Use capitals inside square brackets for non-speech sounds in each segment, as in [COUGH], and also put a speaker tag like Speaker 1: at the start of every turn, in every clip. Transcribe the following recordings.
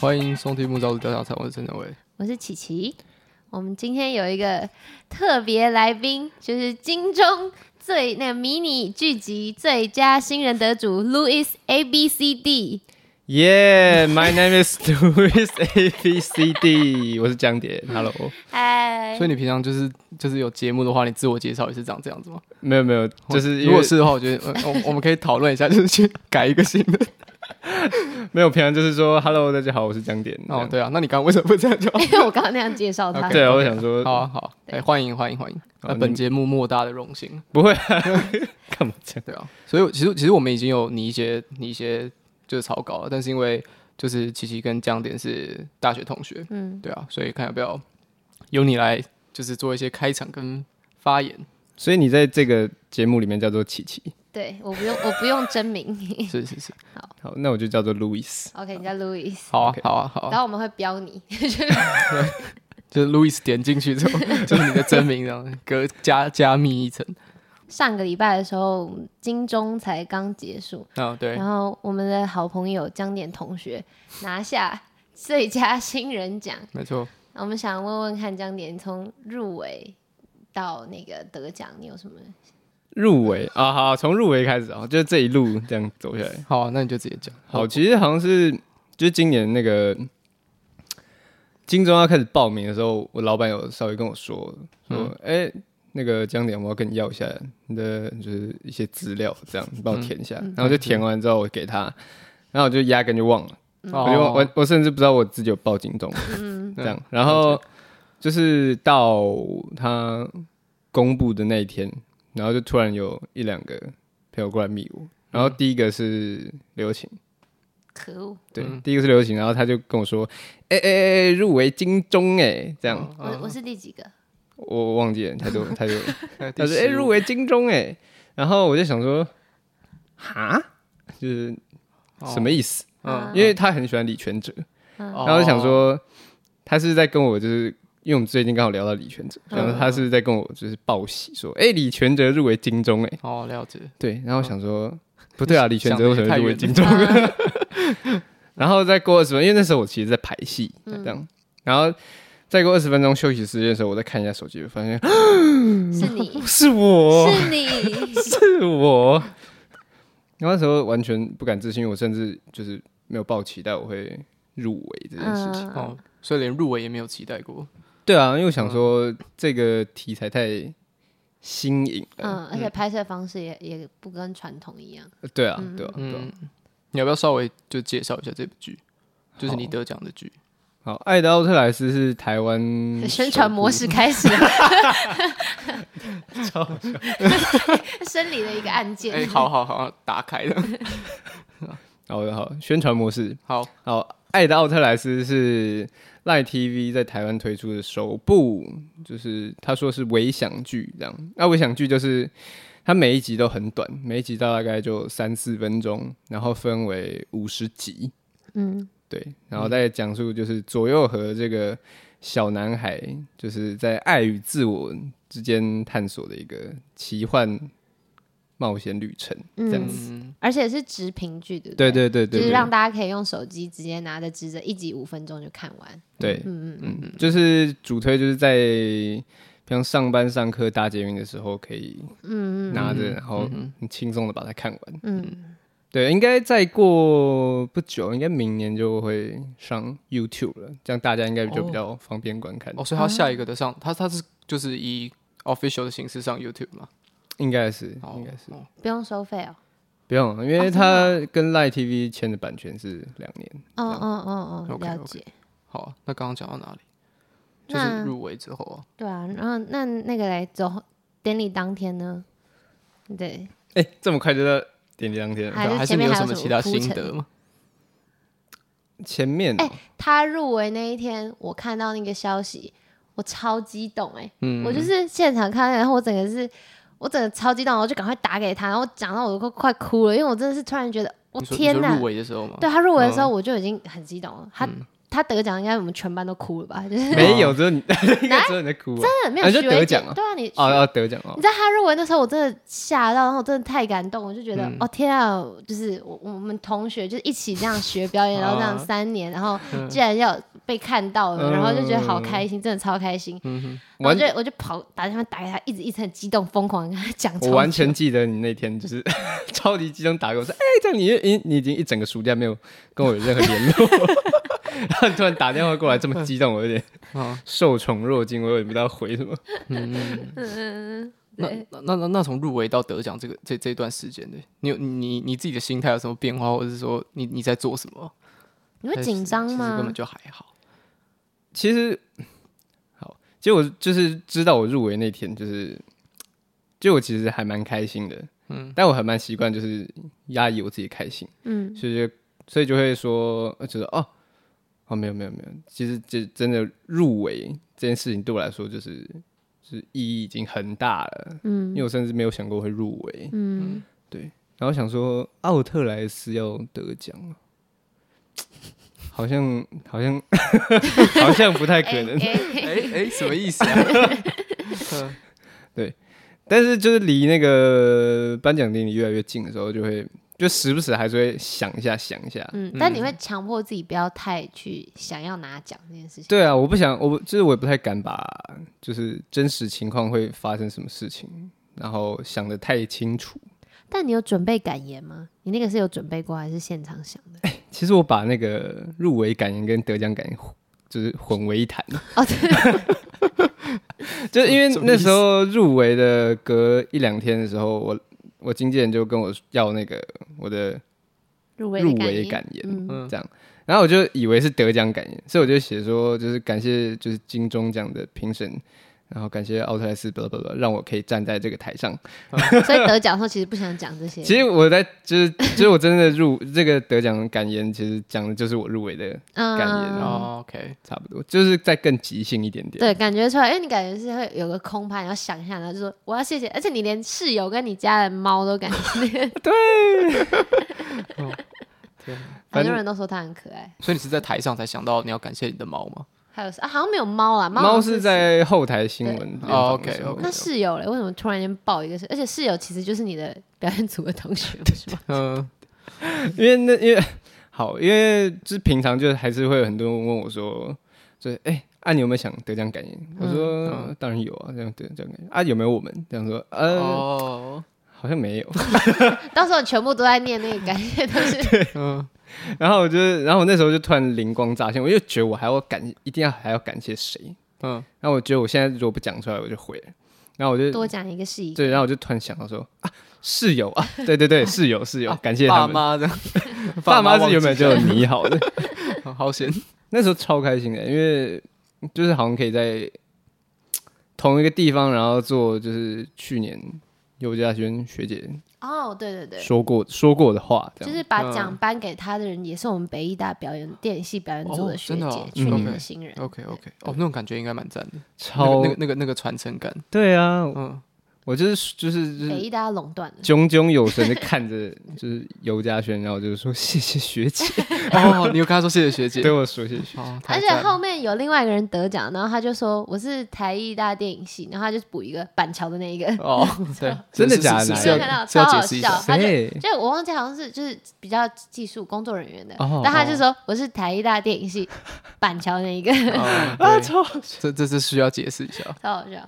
Speaker 1: 欢迎收听《木造调查站》，我是陈正伟。
Speaker 2: 我是琪琪。我们今天有一个特别来宾，就是金钟最那个迷你剧集最佳新人得主 Louis A B C D。
Speaker 1: Yeah, my name is
Speaker 3: [LAUGHS]
Speaker 1: Louis A B C D，我是江蝶。Hello，
Speaker 2: 嗨
Speaker 1: 所，以你平常就是就是有节目的话，你自我介绍也是长这样子吗？
Speaker 3: 没有没有，就是
Speaker 1: 如
Speaker 3: 因为
Speaker 1: 果是的话，我觉得呃我我们可以讨论一下，就是去改一个新的。
Speaker 3: 没有平常就是说，Hello，大家好，我是江点。 [LAUGHS]
Speaker 1: 哦，，对啊，那你刚刚为什么不这样讲？
Speaker 2: 因为 [LAUGHS] 我刚刚那样介绍他
Speaker 1: OK
Speaker 3: 对啊，我想说，
Speaker 1: 好啊，好啊，哎，欢迎欢迎欢迎！那
Speaker 3: 好
Speaker 1: 本
Speaker 3: 你
Speaker 1: 节目莫大的荣幸，
Speaker 3: 不会啊，干嘛这样？
Speaker 1: 对啊。所以其实其实我们已经有你一些你一些就是草稿了，但是因为就是琪琪跟江点是大学同学，
Speaker 2: 嗯，
Speaker 1: 对啊，所以看要不要由你来，就是做一些开场跟发言。
Speaker 3: 所以你在这个节目里面叫做琪琪，
Speaker 2: 对，我不用，我不用真名。 [LAUGHS]
Speaker 1: 是是是，
Speaker 3: 好，那我就叫做 Louis。
Speaker 2: OK，你叫 Louis，
Speaker 1: 好啊
Speaker 3: OK
Speaker 1: 好啊好
Speaker 2: 然
Speaker 1: 啊，
Speaker 2: 后我们会标你。
Speaker 1: 就是 Louis 点进去之后，就是你的真名，然后隔加加密一层。
Speaker 2: 上个礼拜的时候，金钟才刚结束，
Speaker 1: 啊，对
Speaker 2: 然，后我们的好朋友江点同学拿下最佳新人奖。
Speaker 1: 没错。
Speaker 2: 那我们想问问看，江点从入围到那个得奖，你有什么？
Speaker 3: 入围啊，好，从入围开始啊，就是这一路这样走下来。
Speaker 1: 好啊，那你就直接讲。
Speaker 3: 好，其实好像是就是今年那个金钟要开始报名的时候，我老板有稍微跟我说说，哎、那个江点，我要跟你要一下你的就是一些资料，这样你帮我填一下。然后就填完之后，我给他，然后我就压根就忘了。
Speaker 1: 哦，
Speaker 3: 我就忘我我甚至不知道我自己有报警钟，这样。然后就是到他公布的那一天，然后就突然有一两个朋友过来密我。然后第一个是刘晴，
Speaker 2: 可恶！
Speaker 3: 对，
Speaker 1: 嗯
Speaker 3: 第一个是刘晴，然后他就跟我说：“哎哎哎，欸入围金钟哎、这样。
Speaker 1: 哦
Speaker 2: 我、我是第几个？
Speaker 3: 我我忘记了，
Speaker 1: [LAUGHS]
Speaker 3: 他就他就
Speaker 1: 哎
Speaker 3: 他
Speaker 1: 第
Speaker 3: 说：“
Speaker 1: 十
Speaker 3: 哎、入
Speaker 1: 五
Speaker 3: 围金钟哎、然后我就想说：“哈，就是什么意思？
Speaker 1: 哦嗯，哦
Speaker 3: 因为他很喜欢李全哲，
Speaker 1: 然
Speaker 3: 然后我想，说，他是在跟我就是，因为我们最近刚好聊到李全哲，
Speaker 2: 嗯
Speaker 3: 然后他是在跟我就是报喜说，哎、李全哲入围金钟，哎，
Speaker 1: 哦，了解。
Speaker 3: 对，然后我想说，不对啊，李全哲为什么
Speaker 1: 太
Speaker 3: 入围
Speaker 1: 远
Speaker 3: 金
Speaker 1: 了
Speaker 3: 钟？ [LAUGHS] 然后再过二十分，因为那时候我其实在排戏，这样，然后再过二十分钟休息时间的时候，我再看一下手机，我发现
Speaker 2: 是 [LAUGHS] 你，
Speaker 3: 是我，
Speaker 2: 是你，
Speaker 3: 是我，然后那时候完全不敢置信，因为我甚至就是没有抱期待我会入围这件事情。
Speaker 2: [LAUGHS] 嗯，
Speaker 1: 哦，所以连入围也没有期待过。
Speaker 3: 对啊，因为我想说这个题材太新颖
Speaker 2: 嗯，
Speaker 3: 了。
Speaker 2: 而且拍摄方式也也不跟传统一样。
Speaker 3: 对啊，对啊，对啊。
Speaker 1: 嗯，你要不要稍微就介绍一下这部剧？就是你得奖的剧。
Speaker 3: 好，《爱的奥特莱斯》是台湾
Speaker 2: 宣传模式开始了， [LAUGHS] 生理的一个案件。
Speaker 1: 哎，好好好，打开 [LAUGHS] 了。
Speaker 3: 首部。好好，宣传模式。
Speaker 1: 好，
Speaker 3: 好，《爱的奥特莱斯》是赖 TV 在台湾推出的首部，就是他说是微想剧这样。那微想剧就是它每一集都很短，每一集大概就三四分钟，然后分为五十集。
Speaker 2: 嗯，
Speaker 3: 对，然后再讲述就是左右和这个小男孩，就是在爱与自我之间探索的一个奇幻冒险旅程，
Speaker 2: 嗯
Speaker 3: 这样子。
Speaker 1: 嗯，
Speaker 2: 而且是直屏剧，对不
Speaker 3: 对
Speaker 2: 对
Speaker 3: 对对
Speaker 2: 就
Speaker 3: 对
Speaker 2: 是让
Speaker 3: 对，
Speaker 2: 大家可以用手机直接拿着直着一集五分钟就看完。
Speaker 3: 对，
Speaker 2: 嗯嗯，
Speaker 3: 嗯，就是主推就是在平常上班上课搭捷运的时候可以，嗯拿着然后很轻松的把它看完。
Speaker 2: 嗯，
Speaker 3: 对，应该再过不久，应该明年就会上 YouTube 了，这样大家应该就比较方便观看，
Speaker 1: 哦，所以他下一个的上，他他是就是以 official 的形式上 YouTube 嘛？
Speaker 3: 应该是
Speaker 1: 哦
Speaker 3: 应该是。
Speaker 1: 哦
Speaker 2: 不用收费哦。
Speaker 3: 不用，因为它跟 Line TV 签的版权是两年。
Speaker 2: 哦哦哦哦，
Speaker 1: OK，
Speaker 2: 了
Speaker 1: OK
Speaker 2: 解。
Speaker 1: 好啊，那刚刚讲到哪里？就
Speaker 2: 那
Speaker 1: 是入围之后啊，
Speaker 2: 对啊，然后那那个来走典礼当天呢？对，
Speaker 3: 哎、这么快就到点亮天了？
Speaker 2: 还是
Speaker 1: 对啊还是
Speaker 2: 前
Speaker 1: 没有
Speaker 2: 面还
Speaker 1: 什
Speaker 2: 有
Speaker 1: 么
Speaker 2: 什
Speaker 1: 其
Speaker 2: 么
Speaker 1: 他
Speaker 2: 铺
Speaker 1: 心
Speaker 2: 陈哦
Speaker 1: 得吗？
Speaker 3: 前面、哦
Speaker 2: 哎他入围那一天，我看到那个消息，我超激动哎、
Speaker 3: 嗯
Speaker 2: 我就是现场看到，然后我整个是，我整个超激动，我就赶快打给他，然后讲到我都快哭了，因为我真的是突然觉得，我
Speaker 1: 你说
Speaker 2: 天
Speaker 1: 你说
Speaker 2: 哪
Speaker 1: 入！围的时候吗？
Speaker 3: 嗯
Speaker 2: 对他入围的时候，我就已经很激动了。他他得奖应该我们全班都哭了吧？就是
Speaker 3: 没有，只有你， [LAUGHS] 应该只有你在哭啊。
Speaker 2: 真的没有
Speaker 3: 啊就
Speaker 2: 徐维
Speaker 3: 得
Speaker 2: 姐
Speaker 3: 奖啊
Speaker 2: 对啊，你
Speaker 3: 哦哦，得奖哦
Speaker 2: 你，知道他入围那时候，我真的吓到，然后我真的太感动，我就觉得、
Speaker 1: 嗯
Speaker 2: 哦天啊，就是我我们同学就是一起这样学表
Speaker 3: [LAUGHS]
Speaker 2: 演，然后这样
Speaker 1: 啊
Speaker 2: 三年，然后居然要被看到了，然后就觉得好开心，真的超开心。
Speaker 1: 嗯
Speaker 2: 然后我
Speaker 3: 嗯完
Speaker 2: 就我就跑打电话打给他，一直一直很激动，疯狂地跟他讲超久。
Speaker 3: 我完全记得你那天就是 [LAUGHS] 超级激动打给我说，哎、这样你你你已经一整个暑假没有跟我有任何联络， [LAUGHS] 然后你突然打电话过来这么激动，我有点
Speaker 1: 哼，啊，
Speaker 3: 受宠若惊，我也不知道回什么。
Speaker 1: 嗯，
Speaker 2: 嗯，
Speaker 1: 那
Speaker 2: 对，
Speaker 1: 那那那那从入围到得奖这个这这段时间的，你有你你自己的心态有什么变化，或者是说你你在做什么？
Speaker 2: 你会
Speaker 1: 还是
Speaker 2: 紧张
Speaker 1: 其实根
Speaker 2: 吗
Speaker 1: 本？就还好。
Speaker 3: 其实好，结果就是知道我入围那天，就是就我其实还蛮开心的，嗯，但我还蛮习惯就是压抑我自己开心，
Speaker 2: 嗯，
Speaker 3: 所以就所以就会说，呃觉得哦哦没有没有没有，其实这真的入围这件事情对我来说就是就是意义已经很大了，嗯，因为我甚至没有想过会入围，嗯，对，然后想说奥特莱斯要得奖了。好像好像好像不太可能，
Speaker 2: 哎哎
Speaker 1: 哎哎，什么意思啊？ [LAUGHS] 嗯
Speaker 3: 但是就是离那个颁奖典礼越来越近的时候，就会就时不时还是会想一下想一下。
Speaker 2: 嗯，但你会强迫自己不要太去想要拿奖这件事情。
Speaker 3: 对啊，我不想，我不就是我也不太敢把就是真实情况会发生什么事情，然后想的太清楚。
Speaker 2: 但你有准备感言吗？你那个是有准备过还是现场想的？
Speaker 3: 其实我把那个入围感言跟得奖感言混就是混为一谈，
Speaker 2: 哦，对，
Speaker 3: [LAUGHS] 就是因为
Speaker 1: [LAUGHS] 什么意思
Speaker 3: 那时候入围的隔一两天的时候，我我经纪人就跟我要那个我的
Speaker 2: 入围
Speaker 3: 入
Speaker 2: 的感
Speaker 3: 围
Speaker 2: 言。
Speaker 3: 感言，
Speaker 2: 嗯
Speaker 1: 嗯
Speaker 3: 这样，然后我就以为是得奖感言，所以我就写说，就是感谢就是金钟奖的评审，然后感谢奥特莱斯，巴拉巴拉，让我可以站在这个台上。
Speaker 2: 所以得奖的时候其实不想讲这些。
Speaker 3: 其实我在就是就是我真的入这个得奖感言，其实讲的就是我入围的
Speaker 2: 嗯
Speaker 3: 感言嗯
Speaker 1: 哦，OK，
Speaker 3: 差不多，就是再更即兴一点点。
Speaker 2: 对，感觉出来，哎因为你感觉是会有个空拍，然后想一下，然后就说我要谢谢，而且你连室友跟你家的猫都感谢， [LAUGHS]
Speaker 1: 天哪
Speaker 2: 很
Speaker 3: 反
Speaker 2: 多
Speaker 3: 正
Speaker 2: 人都说它很可爱。
Speaker 1: 所以你是在台上才想到你要感谢你的猫吗？
Speaker 2: 还有是啊，好像没有猫啦，猫
Speaker 3: 猫
Speaker 2: 好像
Speaker 3: 是在后台新闻
Speaker 2: 对
Speaker 3: 联访的
Speaker 1: 哦 OK，
Speaker 3: 时候
Speaker 1: OK
Speaker 2: 那室友嘞？为什么突然间爆一个是？而且室友其实就是你的表演组的同学，不是
Speaker 1: [LAUGHS]
Speaker 2: 吗？
Speaker 1: 嗯，
Speaker 3: 因为那因为好，因为就是平常就是还是会有很多人问我说，就是哎。啊，你有没有想得奖感言？我说、
Speaker 1: 嗯
Speaker 3: 当然有啊，这样得奖感言啊，有没有我们这样说？呃，
Speaker 1: 哦，
Speaker 3: 好像没有。 [LAUGHS]
Speaker 2: 到时候全部都在念那个感谢，都是
Speaker 1: 嗯，
Speaker 3: 然后我就是，然后我那时候就突然灵光乍现，我就觉得我还要感，一定要还要感谢谁。
Speaker 1: 嗯，
Speaker 3: 然后我觉得我现在如果不讲出来，我就毁了。然后我就
Speaker 2: 多讲一个是一个。
Speaker 3: 对，然后我就突然想到说啊，室友啊，对对对，室友室友，感谢
Speaker 1: 爸
Speaker 3: 他们。
Speaker 1: 妈这样，
Speaker 3: [LAUGHS] 爸妈是原
Speaker 1: 有
Speaker 3: 本
Speaker 1: 没
Speaker 3: 就有你好的，
Speaker 1: [LAUGHS] 有？好险，
Speaker 3: 那时候超开心的，因为就是好像可以在同一个地方，然后做就是去年尤嘉轩学姐
Speaker 2: 哦，对对对，
Speaker 3: 说过说过的话，这
Speaker 2: 就
Speaker 3: 样。
Speaker 2: 是把奖颁给他的人，也是我们北艺大表演电影系表演组
Speaker 1: 哦
Speaker 2: 的学
Speaker 1: 真的
Speaker 2: 姐
Speaker 1: 哦，
Speaker 2: 去年的
Speaker 1: 嗯
Speaker 2: 新人。
Speaker 1: OK OK，哦，那种感觉应该蛮赞的，
Speaker 3: 超
Speaker 1: 那个那个那个那个传承感，
Speaker 3: 对啊，
Speaker 1: 嗯，
Speaker 3: 我就是就是就是
Speaker 2: 北艺大垄断了，
Speaker 3: 炯炯有神的看着就是尤嘉轩，然后就是说谢谢
Speaker 2: [LAUGHS]
Speaker 3: 学姐，
Speaker 1: 哦，你有跟他说谢谢学姐，
Speaker 3: 对，我说谢谢学姐。
Speaker 1: 哦，太
Speaker 2: 而且
Speaker 1: 赞了
Speaker 2: 后面有另外一个人得奖，然后他就说我是台艺大电影系，然后他就补一个板桥的那一个，
Speaker 1: 哦，
Speaker 2: [LAUGHS]
Speaker 1: 对，
Speaker 3: 真的
Speaker 1: 是
Speaker 3: 假的
Speaker 1: 是
Speaker 3: 哪
Speaker 1: 是要
Speaker 3: 有
Speaker 2: 看到
Speaker 1: 是要
Speaker 2: 超好
Speaker 1: 解释一下
Speaker 2: 笑，哦他就
Speaker 3: 谁
Speaker 2: [LAUGHS] 就我忘记好像是就是比较技术工作人员的
Speaker 3: 哦，
Speaker 2: 但他就说我是台艺大电影系板桥那
Speaker 1: [LAUGHS]
Speaker 2: 一个，
Speaker 1: 哦
Speaker 2: [LAUGHS]
Speaker 1: 对这这是需要解释一下。
Speaker 2: 超好笑。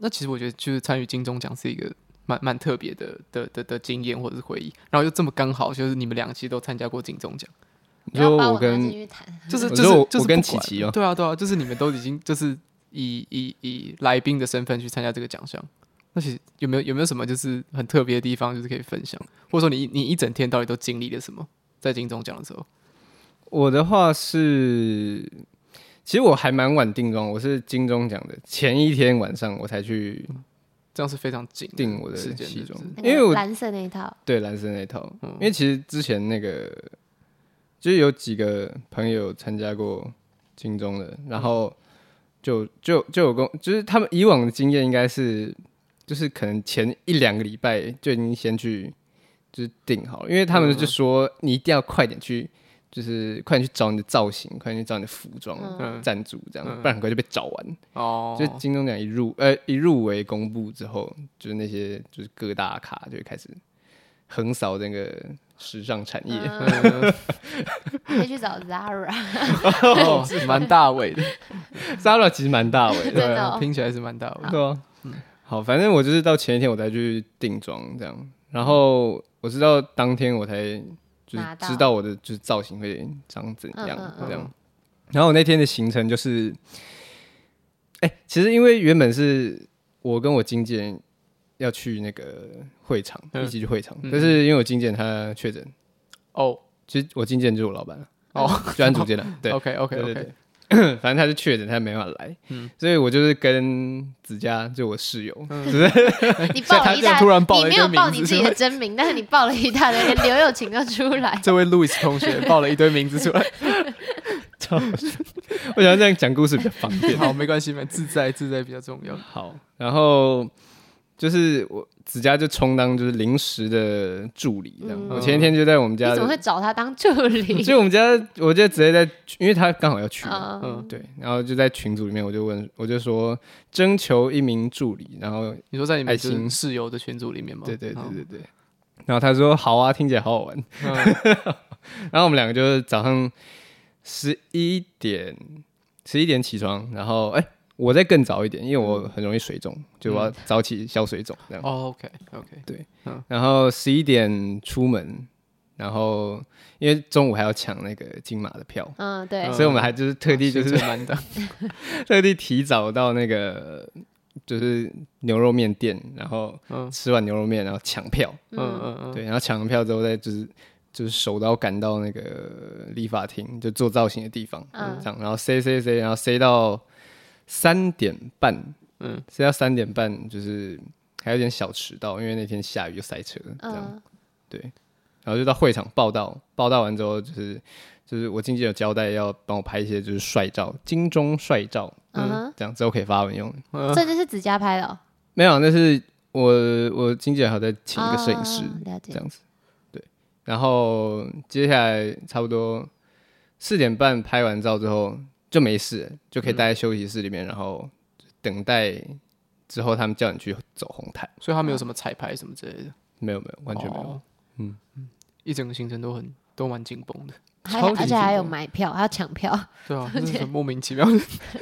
Speaker 1: 那其实我觉得，就是参与金钟奖是一个蛮蛮特别的的的的经验或者是回忆。然后又这么刚好，就是你们两期都参加过金钟奖，
Speaker 3: 你说
Speaker 2: 然后把
Speaker 3: 我
Speaker 2: 我拿进
Speaker 3: 跟
Speaker 2: 去谈，
Speaker 1: 就是
Speaker 3: 我
Speaker 1: 就是
Speaker 3: 说我
Speaker 1: 就是
Speaker 3: 我跟
Speaker 1: 不管
Speaker 3: 琪琪哦
Speaker 1: 对啊对啊，就是你们都已经就是以以以来宾的身份去参加这个奖项。那其实有没有有没有什么就是很特别的地方，就是可以分享，或者说你你一整天到底都经历了什么？在金钟奖的时候，
Speaker 3: 我的话是，其实我还蛮晚定妆，我是金钟奖的前一天晚上我才去
Speaker 1: 这样是非常紧
Speaker 3: 定我的
Speaker 1: 时间嗯
Speaker 3: 西
Speaker 1: 是不
Speaker 3: 装
Speaker 1: 是，
Speaker 2: 那个
Speaker 3: 因为我
Speaker 2: 蓝色那一套，
Speaker 3: 对蓝色那一套，因为其实之前那个就是有几个朋友参加过金钟的，
Speaker 1: 嗯
Speaker 3: 然后就就就有跟，就是他们以往的经验应该是，就是可能前一两个礼
Speaker 1: 嗯
Speaker 3: 拜就已经先去就是定好了，因为他们就说你一定要快点去就是快点去找你的造型，快点去找你的服装
Speaker 1: 嗯
Speaker 3: 赞助，这样，
Speaker 1: 嗯
Speaker 3: 不然很快就被找完。
Speaker 1: 哦，
Speaker 3: 就是金钟奖一入呃一入围公布之后，就是那些就是各大咖就会开始横扫那个时尚产业。
Speaker 1: [LAUGHS] 嗯
Speaker 2: 可以去找
Speaker 1: [LAUGHS]
Speaker 2: Zara，
Speaker 1: 哦蛮大尾的，
Speaker 3: [LAUGHS] Zara 其实蛮大尾的，
Speaker 2: [LAUGHS] 真
Speaker 1: 对
Speaker 2: 的
Speaker 1: 啊，
Speaker 2: 哦
Speaker 1: 听起来是蛮大尾的。
Speaker 3: 对啊。
Speaker 2: 嗯
Speaker 3: 好，反正我就是到前一天我才去定妆这样，然后我知道当天我才就是
Speaker 2: 拿到
Speaker 3: 知道我的就是造型会长怎样
Speaker 2: 嗯嗯嗯
Speaker 3: 这样。然后我那天的行程就是，哎、其实因为原本是我跟我经纪人要去那个会场，
Speaker 1: 嗯
Speaker 3: 一起去会场，
Speaker 1: 嗯
Speaker 3: 但是因为我经纪人他确诊，
Speaker 1: 哦
Speaker 3: 其实我经纪人就是我老板 [LAUGHS] 了，
Speaker 1: 哦
Speaker 3: 就安主监的，嗯对，
Speaker 1: ，OK OK
Speaker 3: 对 [COUGHS]
Speaker 1: OK，
Speaker 3: 对对反正他是确诊，他没办法来，
Speaker 1: 嗯
Speaker 3: 所以我就是跟子佳，就我室友，
Speaker 2: 你报
Speaker 1: 所以他
Speaker 2: 了一大，
Speaker 1: 就突然报了一
Speaker 2: 你没
Speaker 1: 堆
Speaker 2: 有报
Speaker 1: 名
Speaker 2: 你
Speaker 1: 字
Speaker 2: 自己
Speaker 1: 是
Speaker 2: 的真名， [LAUGHS] 但是你报了一大堆，连刘友晴都出来。
Speaker 1: 这位 Louis 同学报了一堆名字出
Speaker 3: [LAUGHS]
Speaker 1: 来，
Speaker 3: 我想要这样讲故事比较方便。
Speaker 1: 好，没关系，蛮自在，自在比较重要。
Speaker 3: 好，然后就是我子佳就充当就是临时的助理这样。
Speaker 2: 嗯
Speaker 3: 我前一天就在我们
Speaker 2: 你
Speaker 3: 家
Speaker 2: 怎么会
Speaker 3: 的，
Speaker 2: 找他当助理？
Speaker 3: 所以我们家我就直接在，因为他刚好要去嘛，
Speaker 2: 啊
Speaker 1: 嗯，
Speaker 3: 对，然后就在群组里面，我就问，我就说征求一名助理，然后
Speaker 1: 你说在你们
Speaker 3: 爱
Speaker 1: 就
Speaker 3: 心
Speaker 1: 是室友的群组里面吗？
Speaker 3: 对对对
Speaker 1: 好
Speaker 3: 对对，然后他说好啊，听起来好好玩，
Speaker 1: 嗯
Speaker 3: [LAUGHS] 然后我们两个就是早上十一点十一点起床，然后哎、我再更早一点，因为我很容易水肿，就我要早起消水肿这样。
Speaker 1: 哦，OK OK，嗯
Speaker 3: 然后十一点出门，然后因为中午还要抢那个金马的票，
Speaker 2: 嗯，对，
Speaker 1: 嗯
Speaker 3: 所以我们还就是特地就是、
Speaker 1: 蛮
Speaker 3: [LAUGHS]
Speaker 1: 大，
Speaker 3: 特地提早到那个就是牛肉面店，然后
Speaker 1: 嗯
Speaker 3: 吃完牛肉面然后抢票，
Speaker 1: 嗯嗯嗯，
Speaker 3: 对，然后抢完票之后再就是就是手刀赶到那个理发厅，就做造型的地方，
Speaker 2: 嗯
Speaker 3: 这样，然后塞塞塞，然后塞到三点半，
Speaker 1: 嗯
Speaker 3: 嗯，塞到三点半，就是还有点小迟到，因为那天下雨又塞车，这样，
Speaker 2: 嗯，
Speaker 3: 对，然后就到会场报道，报道完之后就是就是我经纪人有交代要帮我拍一些就是帅照，金钟帅照，
Speaker 2: 嗯哼，
Speaker 3: 这样之后可以发文用。
Speaker 2: [LAUGHS]
Speaker 1: 嗯
Speaker 2: 这就是子佳拍的哦，
Speaker 3: 没有，啊那是我我经纪人还有在请一个摄影师，
Speaker 2: 啊了
Speaker 3: 这
Speaker 2: 解，
Speaker 3: 样子。对，然后接下来差不多四点半拍完照之后就没事了，就可以待在休息室里面，然后等待之后他们叫你去走红毯。
Speaker 1: 所以他没有什么彩排什么之类的，
Speaker 3: 没有没有，嗯完全没有。
Speaker 1: 哦
Speaker 3: 嗯
Speaker 1: 一整个行程都很都蛮紧绷的，
Speaker 2: 还
Speaker 3: 超级
Speaker 2: 而且还
Speaker 3: 紧
Speaker 2: 有
Speaker 3: 张
Speaker 2: 买票，还要抢票，
Speaker 1: 对
Speaker 3: [LAUGHS]
Speaker 1: 啊，真的是很莫名其妙的，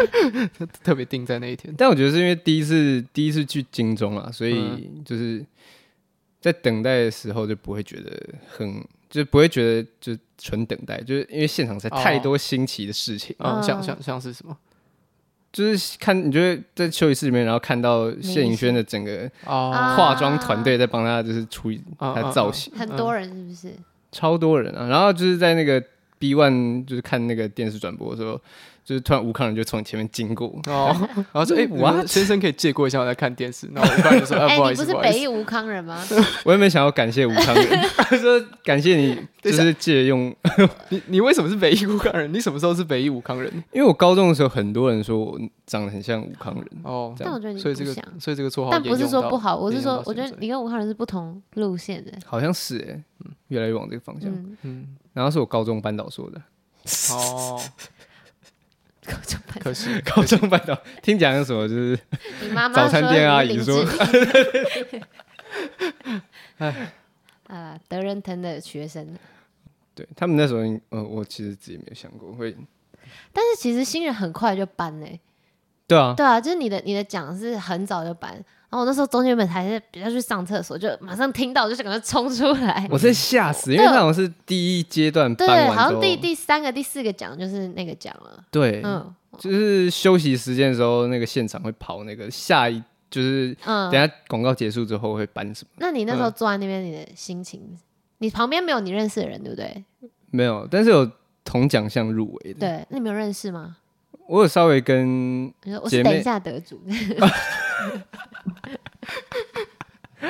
Speaker 1: [LAUGHS] 特特别定在那一天，
Speaker 3: 但我觉得是因为第一次第一次去金钟啊，所以
Speaker 1: 嗯
Speaker 3: 就是在等待的时候就不会觉得很，就不会觉得就纯等待，就是因为现场才太
Speaker 1: 哦
Speaker 3: 多新奇的事情。
Speaker 1: 嗯，
Speaker 2: 嗯
Speaker 1: 像像像是什么
Speaker 3: 就是看，你就会在休息室里面，然后看到谢颖轩的整个
Speaker 1: 哦
Speaker 2: 啊
Speaker 3: 化妆团队在帮他，就是处理
Speaker 1: 啊
Speaker 3: 他造型，
Speaker 2: 很多人是不是？
Speaker 3: 超多人啊。然后就是在那个 B One，就是看那个电视转播的时候，就是突然吴康仁就从你前面经过，
Speaker 1: 哦，然
Speaker 3: [LAUGHS]
Speaker 1: 后说哎，
Speaker 3: What？
Speaker 1: 我先生可以借过一下，我在看电视，然后我一般
Speaker 2: [LAUGHS]
Speaker 1: 就说，哎，
Speaker 2: 哎，
Speaker 1: 不好意
Speaker 2: 你
Speaker 1: 思，
Speaker 2: 不是
Speaker 1: 不好意
Speaker 2: 北
Speaker 1: 思，
Speaker 2: 艺吴康人吗？
Speaker 3: 我也没想要感谢吴康
Speaker 2: [LAUGHS]
Speaker 3: 仁，他说感谢你，就是借用，
Speaker 1: 你你为什么是北艺武康人？你什么时候是北艺武康人？
Speaker 3: 因为我高中的时候很多人说我长得很像吴康仁，
Speaker 1: 哦，
Speaker 2: 但我觉得你
Speaker 1: 所以这
Speaker 2: 不
Speaker 1: 个
Speaker 2: 像，
Speaker 1: 所以这个绰号，
Speaker 2: 但不是说不，好，我是
Speaker 1: 沿用到，
Speaker 2: 说我觉
Speaker 1: 现在
Speaker 2: 得你跟吴康人是不同路线的。
Speaker 3: 好像是哎、越来越往这个方向。
Speaker 2: 嗯，
Speaker 1: 嗯，
Speaker 3: 然后是我高中班导说的， [LAUGHS]
Speaker 1: 哦，
Speaker 2: 高中班
Speaker 1: 可惜，
Speaker 3: 高中班导听讲什么就是
Speaker 2: 嗯 [LAUGHS] 你妈妈
Speaker 3: 早餐店阿姨
Speaker 2: 你是
Speaker 3: 说
Speaker 2: 林志玲 [LAUGHS] 啊，德仁腾的学生，
Speaker 3: 对他们那时候应，呃，我其实自己没有想过会，
Speaker 2: 但是其实新人很快就搬欸嘞、
Speaker 3: 对啊，
Speaker 2: 对啊，就是你的你的奖是很早就搬，然后我那时候中间本还是比较去上厕所，就马上听到我就想赶快冲出来，
Speaker 3: 我真吓死，因为
Speaker 2: 对
Speaker 3: 他好像是第一阶段
Speaker 2: 对
Speaker 3: 搬
Speaker 2: 对，
Speaker 3: 完
Speaker 2: 好
Speaker 3: 之
Speaker 2: 像
Speaker 3: 后
Speaker 2: 第第三个第四个奖就是那个奖了，
Speaker 3: 对，
Speaker 2: 嗯
Speaker 3: 就是休息时间的时候，那个现场会跑那个下一，就是等
Speaker 2: 嗯，
Speaker 3: 一下广告结束之后会搬什么？
Speaker 2: 那你那时候
Speaker 1: 嗯
Speaker 2: 坐在那边，你的心情，你旁边没有你认识的人，对不对？
Speaker 3: 没有，但是有同奖项入围的，
Speaker 2: 对，那你没有认识吗？
Speaker 3: 我有稍微跟
Speaker 2: 你说我
Speaker 3: 姐
Speaker 2: 是
Speaker 3: 妹
Speaker 2: 等一下得主， [LAUGHS]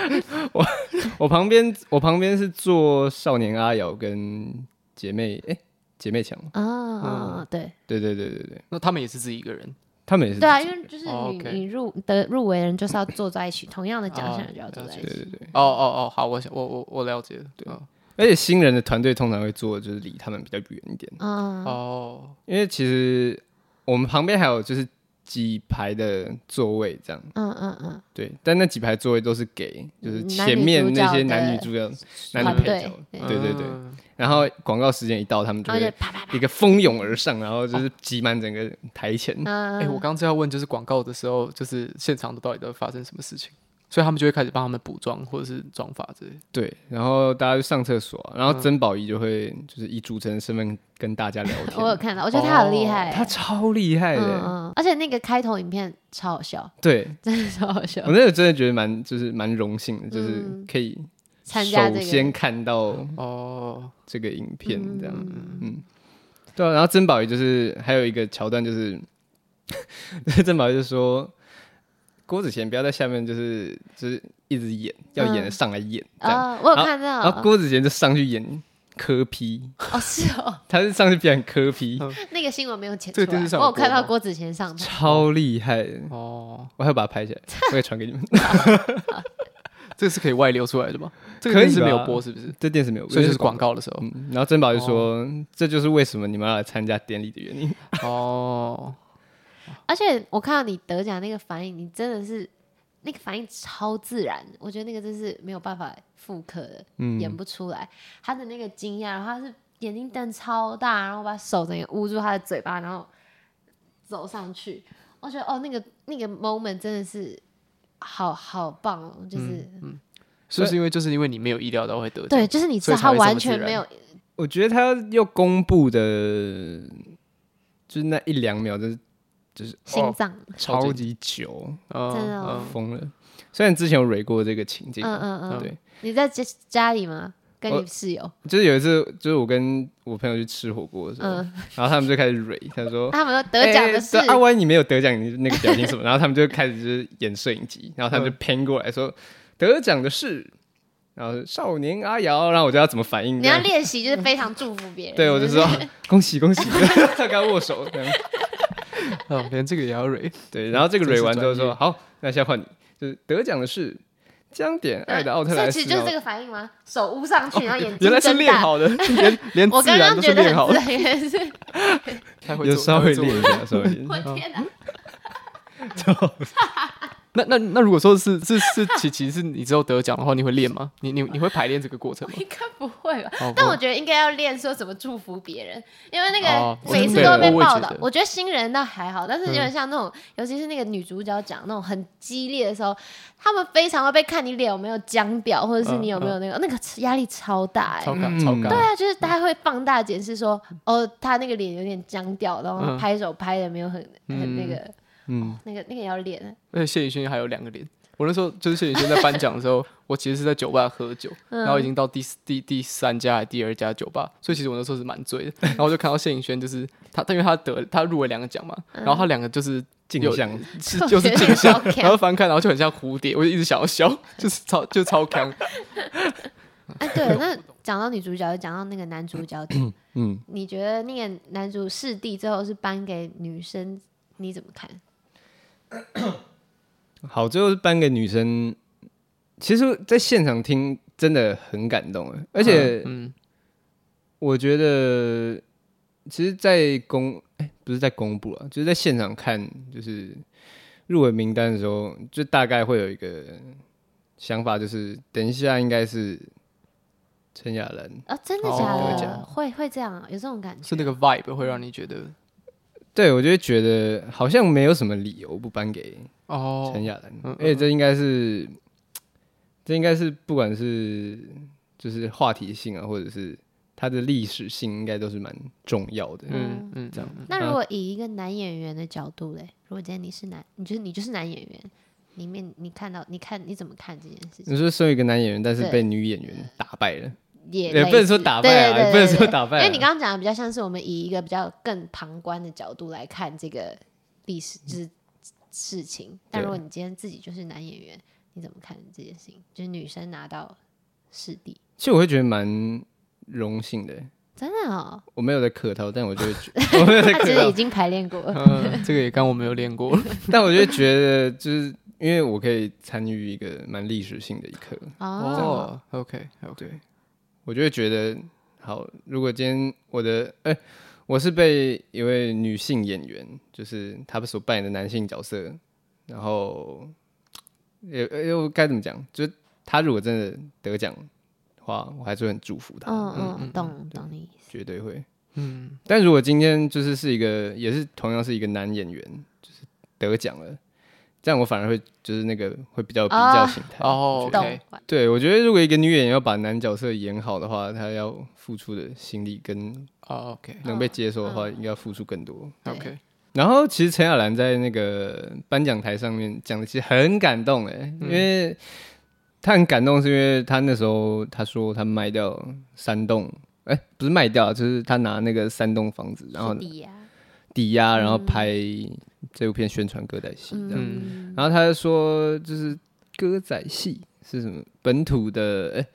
Speaker 3: 我旁边，我旁边是做少年阿瑶跟姐妹，哎、姐妹强吗，
Speaker 2: 啊、对
Speaker 3: 对对对对对，
Speaker 1: 那他们也是自己一个人，
Speaker 3: 他嗯们也是
Speaker 2: 对啊，因为就是你、
Speaker 1: 哦，OK
Speaker 2: 你入的入围人就是要坐在一起，同样的奖项
Speaker 1: 啊
Speaker 2: 就要坐在一
Speaker 3: 对
Speaker 2: 起。
Speaker 3: 对对，
Speaker 1: 哦哦哦，好，我想我我我了解了，对，
Speaker 3: 而且新人的团队通常会做的就是离他们比较远一点，
Speaker 2: 嗯，
Speaker 1: 哦，
Speaker 3: 因为其实我们旁边还有就是几排的座位这样，
Speaker 2: 嗯嗯嗯，
Speaker 3: 对，但那几排座位都是给就是
Speaker 2: 嗯
Speaker 3: 前面那些男
Speaker 2: 男
Speaker 3: 女
Speaker 2: 女
Speaker 3: 主角、男
Speaker 2: 团
Speaker 3: 女配
Speaker 2: 队
Speaker 3: 角，
Speaker 2: 对
Speaker 3: 对对对。
Speaker 1: 嗯
Speaker 3: 然后广告时间一到，他们就
Speaker 2: 然后就
Speaker 3: 会
Speaker 2: 啪啪啪，
Speaker 3: 一个蜂拥而上，然后就是挤满整个台前。
Speaker 2: 嗯，
Speaker 1: 哎、我刚刚要问，就是广告的时候，就是现场到底都发生什么事情，所以他们就会开始帮他们补妆或者是妆发之类的。
Speaker 3: 对，然后大家就上厕所啊、然后曾宝仪就会就是以主持人身份跟大家聊天。哦
Speaker 2: 我有看到，我觉得他好厉害、
Speaker 3: [LAUGHS] 他超厉害的、
Speaker 2: 嗯嗯，而且那个开头影片超好笑，
Speaker 3: 对
Speaker 2: 真的超好笑
Speaker 3: 我，那个真的觉得蛮就是蛮荣幸的，就是
Speaker 2: 嗯
Speaker 3: 可以
Speaker 2: 参加
Speaker 3: 首
Speaker 2: 这
Speaker 3: 先
Speaker 2: 个，
Speaker 3: 看到
Speaker 1: 哦，
Speaker 3: 这个影片这样。
Speaker 2: 嗯
Speaker 3: 对啊、然后曾宝仪就是还有一个桥段，就是 [LAUGHS] 曾宝仪就说郭子贤不要在下面就是就是一直演，要演的上来演这样。
Speaker 2: 嗯啊，我有
Speaker 3: 然后
Speaker 2: 看到，
Speaker 3: 然后郭子贤就上去演柯批，
Speaker 2: 哦是哦，
Speaker 3: 他是上去表演柯批，
Speaker 2: 那个新闻没有剪出
Speaker 1: 这个电视
Speaker 2: 来，
Speaker 1: 上
Speaker 2: 我
Speaker 1: 有
Speaker 2: 有看到
Speaker 1: 播吗
Speaker 2: 郭子乾上台，
Speaker 3: 超厉害的。
Speaker 1: 哦，
Speaker 3: 我还要把它拍起来，我也传给你们。 [LAUGHS]
Speaker 1: 这个是可以外流出来的吗？这
Speaker 3: 可
Speaker 1: 个
Speaker 3: 以
Speaker 1: 是没有
Speaker 3: 吧
Speaker 1: 播，是不是？
Speaker 3: 这电视没有，
Speaker 1: 所以
Speaker 3: 这
Speaker 1: 就是广。告的哦时候。
Speaker 3: 嗯，然后珍宝就说，这就是为什么你们要来参加典礼的原因。
Speaker 1: 哦，
Speaker 2: 而且我看到你得奖那个反应，你真的是那个反应超自然，我觉得那个真是没有办法复刻的，演不出来。他的那个惊讶，然后他是眼睛瞪超大，然后把手整个捂住他的嘴巴，然后走上去。我觉得哦，那个那个 moment 真的是好好棒哦，就是、
Speaker 1: 是不是因为就是因为你没有意料到会得奖？
Speaker 2: 对，就是你知道他
Speaker 1: 所以才会这么
Speaker 2: 完全
Speaker 1: 自然
Speaker 2: 没有，
Speaker 3: 我觉得他又公布的，就是那一两秒，就是就是
Speaker 2: 心
Speaker 3: 哦
Speaker 2: 脏，
Speaker 3: 超级久，
Speaker 1: 嗯，
Speaker 2: 真的哦
Speaker 1: 嗯
Speaker 3: 疯了。虽然之前有蕊过这个情境，
Speaker 2: 嗯嗯嗯，
Speaker 3: 对，
Speaker 2: 你在家家里吗？跟
Speaker 3: 我
Speaker 2: 你室友， [LAUGHS]
Speaker 3: 就是有一次，就是我跟我朋友去吃火锅的时候，
Speaker 2: 嗯，
Speaker 3: 然后他们就开始蕊，他说
Speaker 2: [LAUGHS] 他们说得奖的是、
Speaker 3: 欸对啊，万一你没有得奖，你那个表情是什么？然后他们就开始就是演摄影机，然后他们就偏过来说得奖的是，然后是少年阿瑶，然后我就要怎么反应？
Speaker 2: 你要练习，就是非常祝福别人。
Speaker 3: 对我就说恭喜恭喜， [LAUGHS] 他跟他握手这样。
Speaker 1: 嗯，连这个也要蕊，
Speaker 3: 对，然后这个
Speaker 1: 真
Speaker 3: 蕊
Speaker 1: 是
Speaker 3: 完之后
Speaker 1: 专
Speaker 3: 说
Speaker 1: 业
Speaker 3: 好，那现在换你，就是得奖的是江点爱的奥特
Speaker 2: 所以
Speaker 3: 莱
Speaker 2: 其
Speaker 3: 斯
Speaker 2: 实。就是
Speaker 3: 然
Speaker 2: 这
Speaker 3: 后
Speaker 2: 个反应吗？手捂上去，然后
Speaker 1: [LAUGHS]
Speaker 2: 眼睛
Speaker 3: 原来是
Speaker 2: 睁
Speaker 3: 练
Speaker 2: 大。
Speaker 3: 好的，连连
Speaker 2: 我
Speaker 3: 自
Speaker 2: 刚
Speaker 3: 然
Speaker 2: 刚
Speaker 3: 都
Speaker 2: 觉
Speaker 3: 是
Speaker 2: 得
Speaker 3: 练好
Speaker 2: 很
Speaker 3: 的，
Speaker 2: 自然原来是， [LAUGHS]
Speaker 1: 太会
Speaker 3: 有
Speaker 1: 做
Speaker 3: 稍
Speaker 1: 太会
Speaker 3: 微
Speaker 1: 做
Speaker 3: 练一
Speaker 1: 了
Speaker 3: 下，稍微练一下。
Speaker 2: 我天哪！
Speaker 1: 那那那如果说是是是琪琪是你之后得奖的话，你会练吗？你你你会排练这个过程吗？
Speaker 2: 应该不会吧
Speaker 1: 哦？
Speaker 2: 但
Speaker 1: 不
Speaker 2: 我觉得应该要练说怎么祝福别人，因为那
Speaker 1: 哦
Speaker 2: 个
Speaker 1: 我
Speaker 2: 每
Speaker 1: 觉
Speaker 2: 次
Speaker 1: 得
Speaker 2: 都会被
Speaker 1: 我也
Speaker 2: 报
Speaker 1: 觉
Speaker 2: 道
Speaker 1: 得。
Speaker 2: 我觉得新人倒还好，但是有
Speaker 3: 嗯
Speaker 2: 点像那种，尤其是那个女主角讲那种很激烈的时候，他们非常会被看你脸有没有僵掉，或者是
Speaker 1: 嗯
Speaker 2: 你有没有那个那个压力超大哎
Speaker 1: 超。
Speaker 3: 嗯
Speaker 1: 尬超
Speaker 3: 对
Speaker 1: 尬，
Speaker 2: 对啊，就是大家会放大解释说，哦，他那个脸有点僵掉，然后
Speaker 1: 嗯
Speaker 2: 拍手拍的没有很很那
Speaker 1: 嗯
Speaker 2: 个，
Speaker 3: 嗯，
Speaker 2: 那个那个也要练，
Speaker 1: 而且谢宇轩还有两个脸。我那时候就是谢宇轩在颁奖的时候，我其实是在酒吧喝酒，
Speaker 2: 嗯
Speaker 1: 然后已经到第四第第三家还是第二家酒吧，所以其实我那时候是蛮醉的。然后我就看到谢颖轩，就是他，他因为他得他入围两个奖嘛，然后他两个就是
Speaker 3: 镜
Speaker 1: 有
Speaker 3: 像
Speaker 1: [LAUGHS] 是
Speaker 2: 嗯 [LAUGHS] 我
Speaker 1: 就
Speaker 2: 觉
Speaker 1: 是
Speaker 2: 得
Speaker 1: 镜像
Speaker 2: 超，强
Speaker 1: 然 [LAUGHS] 后翻开，然后就很像蝴蝶，我就一直想要笑，就是超就超强。
Speaker 2: 哎，对，那讲到女主角，讲到那个男主
Speaker 1: [CLEARS THROAT]
Speaker 2: 角，
Speaker 3: 嗯，
Speaker 2: 你觉得那个男主视帝最后是颁给女生，你怎么看？
Speaker 3: 好，最后是颁给女生。其实，在现场听真的很感动啊，而且
Speaker 1: 嗯，
Speaker 3: 我觉得，其实，在公哎、不是在公布啊，就是在现场看，就是入围名单的时候，就大概会有一个想法，就是等一下应该是陈雅兰，
Speaker 2: 啊，真的假
Speaker 1: 哦
Speaker 2: 的？会会这样啊，有这种感觉？
Speaker 1: 是那个 vibe 会让你觉得
Speaker 3: 对我就会觉得好像没有什么理由不颁给
Speaker 1: 哦
Speaker 3: 陈，雅兰，
Speaker 1: 嗯嗯
Speaker 3: 而且这应该是，这应该是不管是就是话题性啊，或者是它的历史性，应该都是蛮重要的。
Speaker 1: 嗯嗯，
Speaker 3: 这样
Speaker 2: 那如果以一个男演员的角度嘞，如果今天你是男，你就是你就是男演员，里面你看到你看你怎么看这件事情？
Speaker 3: 你说身为一个男演员，但是
Speaker 2: 对
Speaker 3: 被女演员打败了，
Speaker 2: 也
Speaker 3: 也
Speaker 2: 类
Speaker 3: 不能
Speaker 2: 似
Speaker 3: 说打败啊，
Speaker 2: 对对
Speaker 3: 也不能
Speaker 2: 对
Speaker 3: 说
Speaker 2: 对
Speaker 3: 打败啊，
Speaker 2: 因为你刚刚讲的比较像是我们以一个比较更旁观的角度来看这个历史之事情，但如果你今天自己就是男演员，你怎么看这件事情？就是女生拿到视帝，
Speaker 3: 其实我会觉得蛮荣幸的。
Speaker 2: 真的
Speaker 3: [LAUGHS]
Speaker 2: 哦，
Speaker 3: 我没有在客套，但我就会觉 [LAUGHS] 得，我没有在
Speaker 2: 他其
Speaker 3: 客
Speaker 2: 实已
Speaker 3: 套，
Speaker 2: 经排练过了，
Speaker 1: [LAUGHS] 嗯，这个也刚我没有练 [LAUGHS] 过，
Speaker 3: 但我就会觉得，就是因为我可以参与一个蛮历史性的一刻，
Speaker 2: 哦，
Speaker 1: 哦，OK OK，
Speaker 3: 我就会觉得，好，如果今天我的，哎、我是被一位女性演员，就是她所扮演的男性角色，然后，也又该怎么讲？就是她如果真的得奖的话，我还是会很祝福她，
Speaker 2: 嗯嗯，懂懂你意思，
Speaker 3: 绝对会。嗯，但如果今天就是是一个，也是同样是一个男演员，就是得奖了，这样我反而会就是那个会比较有比较
Speaker 2: 啊
Speaker 3: 心态。
Speaker 1: 哦
Speaker 2: 懂
Speaker 1: ，OK，
Speaker 3: 对，我觉得如果一个女演员要把男角色演好的话，她要付出的心力跟
Speaker 1: 哦，OK，OK，
Speaker 2: 嗯
Speaker 3: 能被接受的话，应该要付出更多。
Speaker 2: 对
Speaker 3: 然后其实陈雅兰在那个颁奖台上面讲的，其实很感动哎、
Speaker 2: 嗯
Speaker 3: 因为她很感动，是因为她那时候她说她卖掉三栋，哎、不是卖掉，就是她拿那个三栋房子，然后
Speaker 2: 是的嗯呀，
Speaker 3: 抵押，然后拍这部片宣传歌仔戏这样。
Speaker 2: 嗯，
Speaker 3: 然后他就说，就是歌仔戏是什么本土的，哎、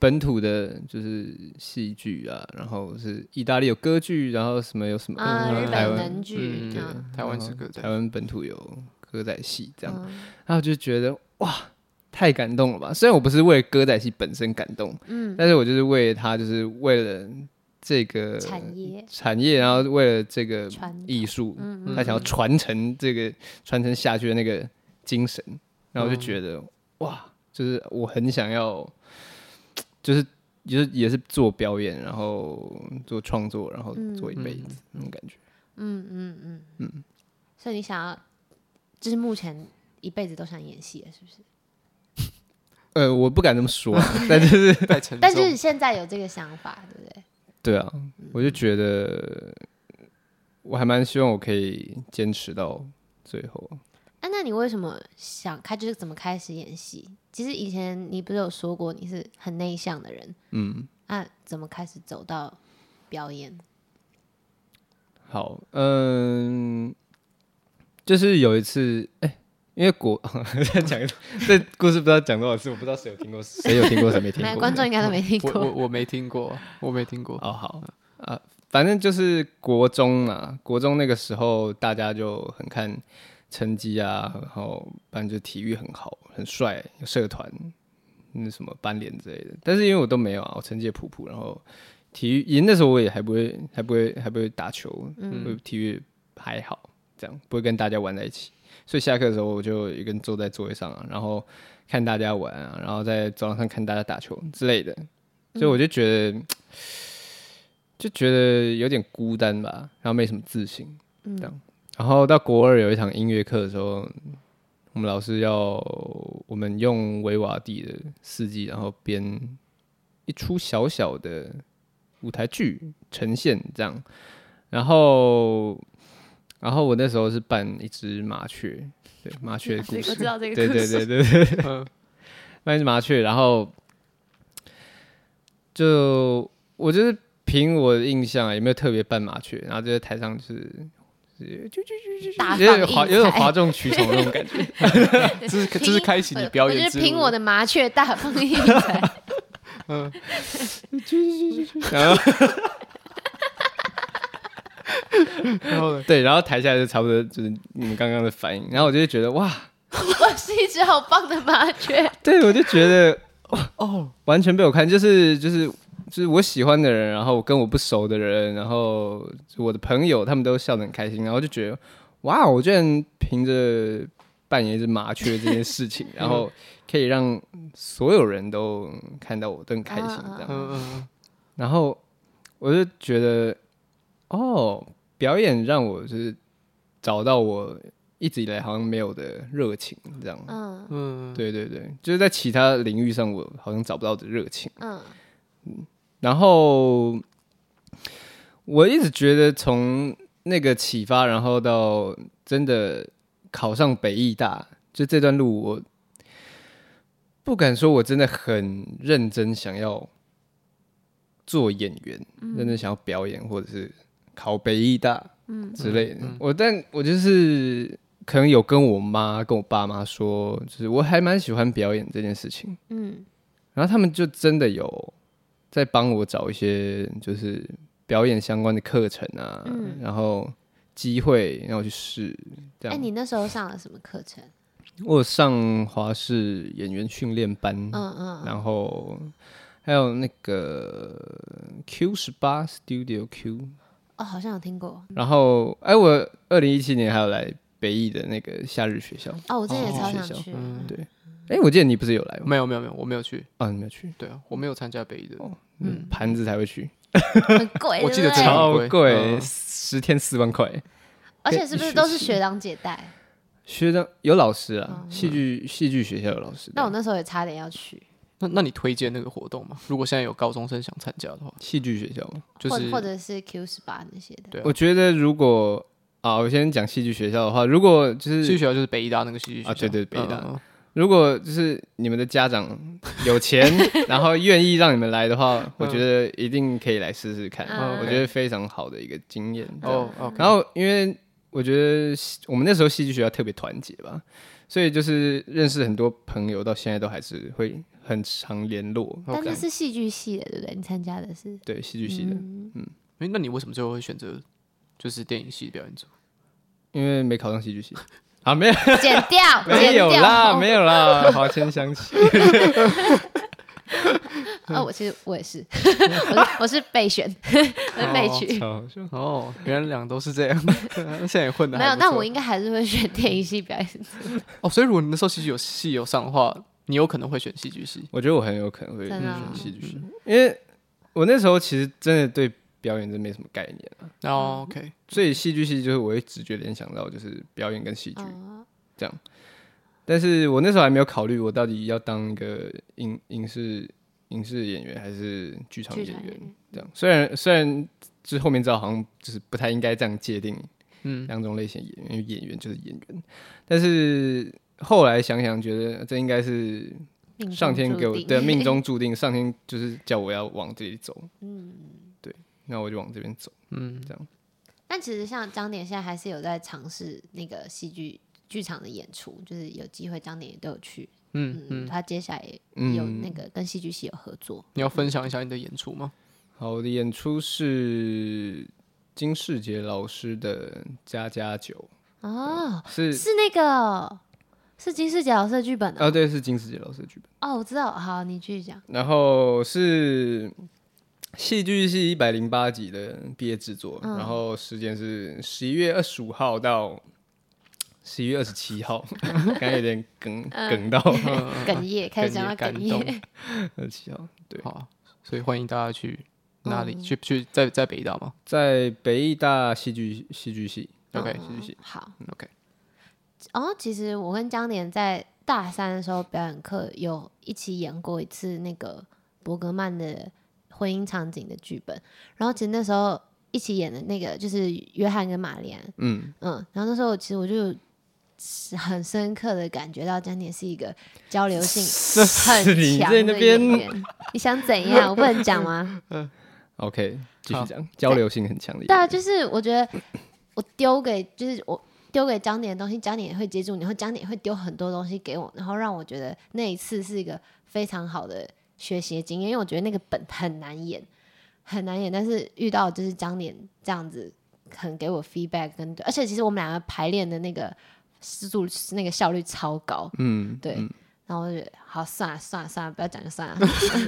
Speaker 3: 本土的就是戏剧啊，然后是意大利有歌剧，然后什么有什么，
Speaker 2: 啊，
Speaker 3: 然后
Speaker 2: 日
Speaker 3: 嗯台
Speaker 2: 本
Speaker 3: 湾
Speaker 2: 能剧
Speaker 1: 嗯，
Speaker 2: 这
Speaker 1: 对
Speaker 2: 样，
Speaker 1: 台湾是歌
Speaker 3: 台
Speaker 1: 仔，
Speaker 3: 湾本土有歌仔戏这样，
Speaker 2: 嗯
Speaker 3: 然后就觉得哇，太感动了吧！虽然我不是为歌仔戏本身感动，
Speaker 2: 嗯，
Speaker 3: 但是我就是为了他，就是为了这个
Speaker 2: 产业
Speaker 3: 产业，然后为了这个
Speaker 2: 传统
Speaker 3: 艺术，
Speaker 2: 嗯
Speaker 3: 他想要传承这个传承下去的那个精神，然后我就觉
Speaker 2: 嗯
Speaker 3: 得、哇，就是我很想要，就是就是也是做表演，然后做创作，然后做一辈子、那种感觉。
Speaker 2: 嗯嗯嗯嗯，所以你想要，就是目前一辈子都想演戏了，是不是？
Speaker 3: 呃，我不敢这么说
Speaker 2: [LAUGHS]
Speaker 3: 啊，但就是
Speaker 1: 太 [LAUGHS] 沉重，
Speaker 2: 但就是你现在有这个想法，对不对？
Speaker 3: 对啊，
Speaker 2: 嗯
Speaker 3: 我就觉得我还蛮希望我可以坚持到最后。
Speaker 2: 啊，那你为什么想开？就是怎么开始演戏？其实以前你不是有说过你是很内向的人，
Speaker 3: 嗯，
Speaker 2: 啊，怎么开始走到表演？
Speaker 3: 好，嗯，就是有一次，哎、因为国 [LAUGHS] 再讲一次，这故事不知道讲多少次，我不知道谁有听过， [LAUGHS] 谁有听过，谁没听
Speaker 2: 那
Speaker 3: 过。
Speaker 2: 观众应该都没听
Speaker 1: 我我
Speaker 2: 过。
Speaker 1: 我没听过，我没听过，
Speaker 3: 哦，好啊，反正就是国中嘛，国中那个时候大家就很看成绩啊，然后反正就体育很好，很帅，有社团，那什么班联之类的。但是因为我都没有啊，我成绩也普普，然后体育，也那时候我也还不会，还不会，还不会打球，嗯，体育还好，这样不会跟大家玩在一起。所以下课的时候，我就一个人坐在座位上啊，然后看大家玩啊，然后在走廊上看大家打球之类的，所以我就觉得就觉得有点孤单吧，然后没什么自信，这样。然后到国二有一堂音乐课的时候，我们老师要我们用维瓦蒂的四季，然后编一出小小的舞台剧呈现这样。然后，然后我那时候是扮一只麻雀，对麻雀
Speaker 2: [LAUGHS]
Speaker 3: 的故事，
Speaker 2: 道这
Speaker 3: 对对对对对， [LAUGHS] 那只麻雀，然后就我就是凭我的印象啊，也没有特别扮麻雀，然后就在台上就是。
Speaker 2: 大
Speaker 3: 有点
Speaker 2: 啊放
Speaker 3: 哗，
Speaker 2: 异
Speaker 3: 有点
Speaker 2: 彩 [LAUGHS]
Speaker 3: 哗众取宠那种感觉。 [LAUGHS]
Speaker 1: 这是这是开启你表
Speaker 2: 我
Speaker 1: 演
Speaker 2: 就
Speaker 1: 之
Speaker 2: 是凭
Speaker 1: 路
Speaker 2: 我的麻雀大放异彩，
Speaker 3: 然后
Speaker 1: [LAUGHS] 然后呢，
Speaker 3: 对，然后台下就差不多就是你们刚刚的反应，然后我就会觉得哇，
Speaker 2: 我是一只好棒的麻雀。
Speaker 3: [LAUGHS] 对，我就觉得哦，完全被我看，就是就是就是我喜欢的人，然后我跟我不熟的人，然后我的朋友，他们都笑得很开心，然后就觉得哇，我居然凭着扮演一只麻雀这件事情，然后可以让所有人都看到我都很开心
Speaker 2: 啊啊
Speaker 3: 这样。
Speaker 1: 嗯嗯
Speaker 3: 然后我就觉得，哦，表演让我就是找到我一直以来好像没有的热情，这样。
Speaker 2: 嗯
Speaker 1: 嗯，
Speaker 3: 对对对，就是在其他领域上我好像找不到的热情。
Speaker 2: 嗯
Speaker 3: 然后我一直觉得从那个启发，然后到真的考上北艺大，就这段路我不敢说我真的很认真想要做演员，
Speaker 2: 嗯
Speaker 3: 认真想要表演，或者是考北艺大，
Speaker 2: 嗯
Speaker 3: 之类的。我但我就是可能有跟我妈、跟我爸妈说，就是我还蛮喜欢表演这件事情。
Speaker 2: 嗯
Speaker 3: 然后他们就真的有在帮我找一些就是表演相关的课程啊，
Speaker 2: 嗯
Speaker 3: 然后机会让我去试。这
Speaker 2: 哎，
Speaker 3: 样，
Speaker 2: 你那时候上了什么课程？
Speaker 3: 我有上华视演员训练班，
Speaker 2: 嗯嗯，
Speaker 3: 然后还有那个 Q 十八 Studio Q，
Speaker 2: 哦，好像有听过
Speaker 3: 然后哎，我二零一七年还有来北艺的那个夏日学校，
Speaker 2: 哦，我之前也
Speaker 3: 哦
Speaker 2: 超
Speaker 3: 学
Speaker 2: 想
Speaker 3: 校
Speaker 2: 去，
Speaker 1: 嗯
Speaker 3: 对，哎，我记得你不是有来吗？
Speaker 1: 没有没有没有，我没有去，
Speaker 3: 啊，你没有去，
Speaker 1: 对啊，我没有参加北艺的，
Speaker 3: 哦嗯，盘子才会去，
Speaker 2: 很贵，
Speaker 1: 我
Speaker 2: 对
Speaker 1: 记得
Speaker 2: 不
Speaker 1: 超
Speaker 2: 对
Speaker 3: 超贵，
Speaker 1: 嗯
Speaker 3: 十天四万块。
Speaker 2: 而且是不是都是学长姐带？
Speaker 3: 学长有老师啊，戏剧戏剧学校有老师的。
Speaker 2: 哦那我那时候也差点要去，
Speaker 1: 那那你推荐那个活动吗？如果现在有高中生想参加的话，
Speaker 3: 戏剧学校嘛，
Speaker 1: 就
Speaker 2: 或
Speaker 1: 是
Speaker 2: 或者是 Q 十八那些的。
Speaker 1: 对啊
Speaker 3: 我觉得如果啊，我先讲戏剧学校的话，如果就
Speaker 1: 戏剧
Speaker 3: 是
Speaker 1: 学校就是北医大那个戏剧学校
Speaker 3: 啊对对北医大
Speaker 1: 嗯嗯嗯
Speaker 3: 如果就是你们的家长有钱，
Speaker 2: [LAUGHS]
Speaker 3: 然后愿意让你们来的话，我觉得一定可以来试试看
Speaker 2: 嗯，
Speaker 3: 我觉得非常好的一个经验。
Speaker 1: 哦哦，
Speaker 3: 然后因为我觉得我们那时候戏剧学校特别团结吧，所以就是认识很多朋友，到现在都还是会很常联络。
Speaker 2: 但那是戏剧系的，对不对？你参加的
Speaker 3: [LAUGHS]
Speaker 2: 是
Speaker 3: 对戏剧系的，
Speaker 2: 嗯
Speaker 1: 诶那你为什么最后会选择就是电影系表演组？
Speaker 3: 因为没考上戏剧系啊，没有
Speaker 2: 剪掉，
Speaker 3: 没
Speaker 2: [LAUGHS]
Speaker 3: 有
Speaker 2: 剪
Speaker 3: 啦，
Speaker 2: 掉。哦
Speaker 3: 没有啦，好先想起。
Speaker 2: 啊，我其
Speaker 3: 嗯
Speaker 2: 实我也是，我是我是备选， [LAUGHS] 我是备取。
Speaker 3: 好笑
Speaker 1: 哦，原来两个都是 [LAUGHS] 这样，那现在也混的
Speaker 2: 没有，但我应该还是会选电影系表演组，
Speaker 1: 哦，所以如果你那时候戏剧有戏有上的话，你有可能会选戏剧系。
Speaker 3: 我觉得我很有可能会
Speaker 2: 真的啊
Speaker 3: 选戏剧系，因为我那时候其实真的对表演真没什么概念
Speaker 2: 嗯
Speaker 3: 啊，
Speaker 1: 哦，OK，
Speaker 3: 所以戏剧系就是我会直觉联想到就是表演跟戏剧
Speaker 2: 哦
Speaker 3: 这样。但是我那时候还没有考虑我到底要当一个影影视影视演员还是剧场
Speaker 2: 剧
Speaker 3: 演
Speaker 2: 场演
Speaker 3: 员
Speaker 2: 员
Speaker 3: 这样。虽然虽然就是后面知道好像就是不太应该这样界定
Speaker 1: 嗯，
Speaker 3: 两种类型的演员，因为演员就是演员，但是后来想想觉得这应该是
Speaker 2: 命中
Speaker 3: 上天给我
Speaker 2: 注定 [LAUGHS]
Speaker 3: 的命中注定，上天就是叫我要往这里走，
Speaker 2: 嗯，
Speaker 3: 那我就往这边走。
Speaker 2: 但其实像张典现在还是有在尝试那个戏剧剧场的演出，就是有机会张典也都有去，嗯嗯，他接下来也有那个跟戏剧系有合作，
Speaker 1: 你要分享一下你的演出吗？
Speaker 3: 好，我的演出是金世杰老师的《家家酒
Speaker 2: 哦，》，[LAUGHS]
Speaker 3: 是
Speaker 2: 是那个是金世杰老师的剧本哦，
Speaker 3: 啊，对，是金世杰老师的剧本。
Speaker 2: 哦，我知道，好，你继续讲，
Speaker 3: 然后是戏剧系一百零八集的毕业制作，
Speaker 2: 嗯
Speaker 3: 然后时间是十一月二十五号到十一月二十七
Speaker 2: [LAUGHS]
Speaker 3: 号，刚刚有点梗梗到
Speaker 2: 哽咽，开始讲到呃哽
Speaker 1: 哽咽感
Speaker 2: 咽，
Speaker 3: 二十七号。对，
Speaker 1: 好啊，所以欢迎大家去哪
Speaker 3: 嗯
Speaker 1: 里？去去在在北大吗
Speaker 3: 在北艺大戏剧戏剧系，
Speaker 1: ？OK，
Speaker 3: 戏剧系
Speaker 2: 好
Speaker 1: ，OK
Speaker 2: 哦，其实我跟江年在大三的时候表演课有一起演过一次那个伯格曼的婚姻场景的剧本，然后其实那时候一起演的那个就是约翰跟玛丽安，
Speaker 3: 嗯，
Speaker 2: 嗯，然后那时候其实我就有很深刻的感觉到江年是一个交流
Speaker 3: [LAUGHS]
Speaker 2: 性很
Speaker 3: 你
Speaker 2: 强
Speaker 3: 在
Speaker 2: 的
Speaker 3: 那边
Speaker 2: 演员，你想怎样？我不能讲吗？
Speaker 3: OK，继续讲交流性很强的演
Speaker 2: 对啊，
Speaker 3: 员，
Speaker 2: 就是我觉得我丢给就是我丢给江点的东西，江点也会接住你，然后江点也会丢很多东西给我，然后让我觉得那一次是一个非常好的学习的经验，因为我觉得那个本很难演，很难演，但是遇到就是江点这样子，很给我 feedback 跟，而且其实我们两个排练的那个速度那个效率超高，
Speaker 3: 嗯，
Speaker 2: 对。
Speaker 3: 嗯
Speaker 2: 然后我就觉得好，算了算了算了，不要讲就算
Speaker 3: [LAUGHS]
Speaker 2: 了。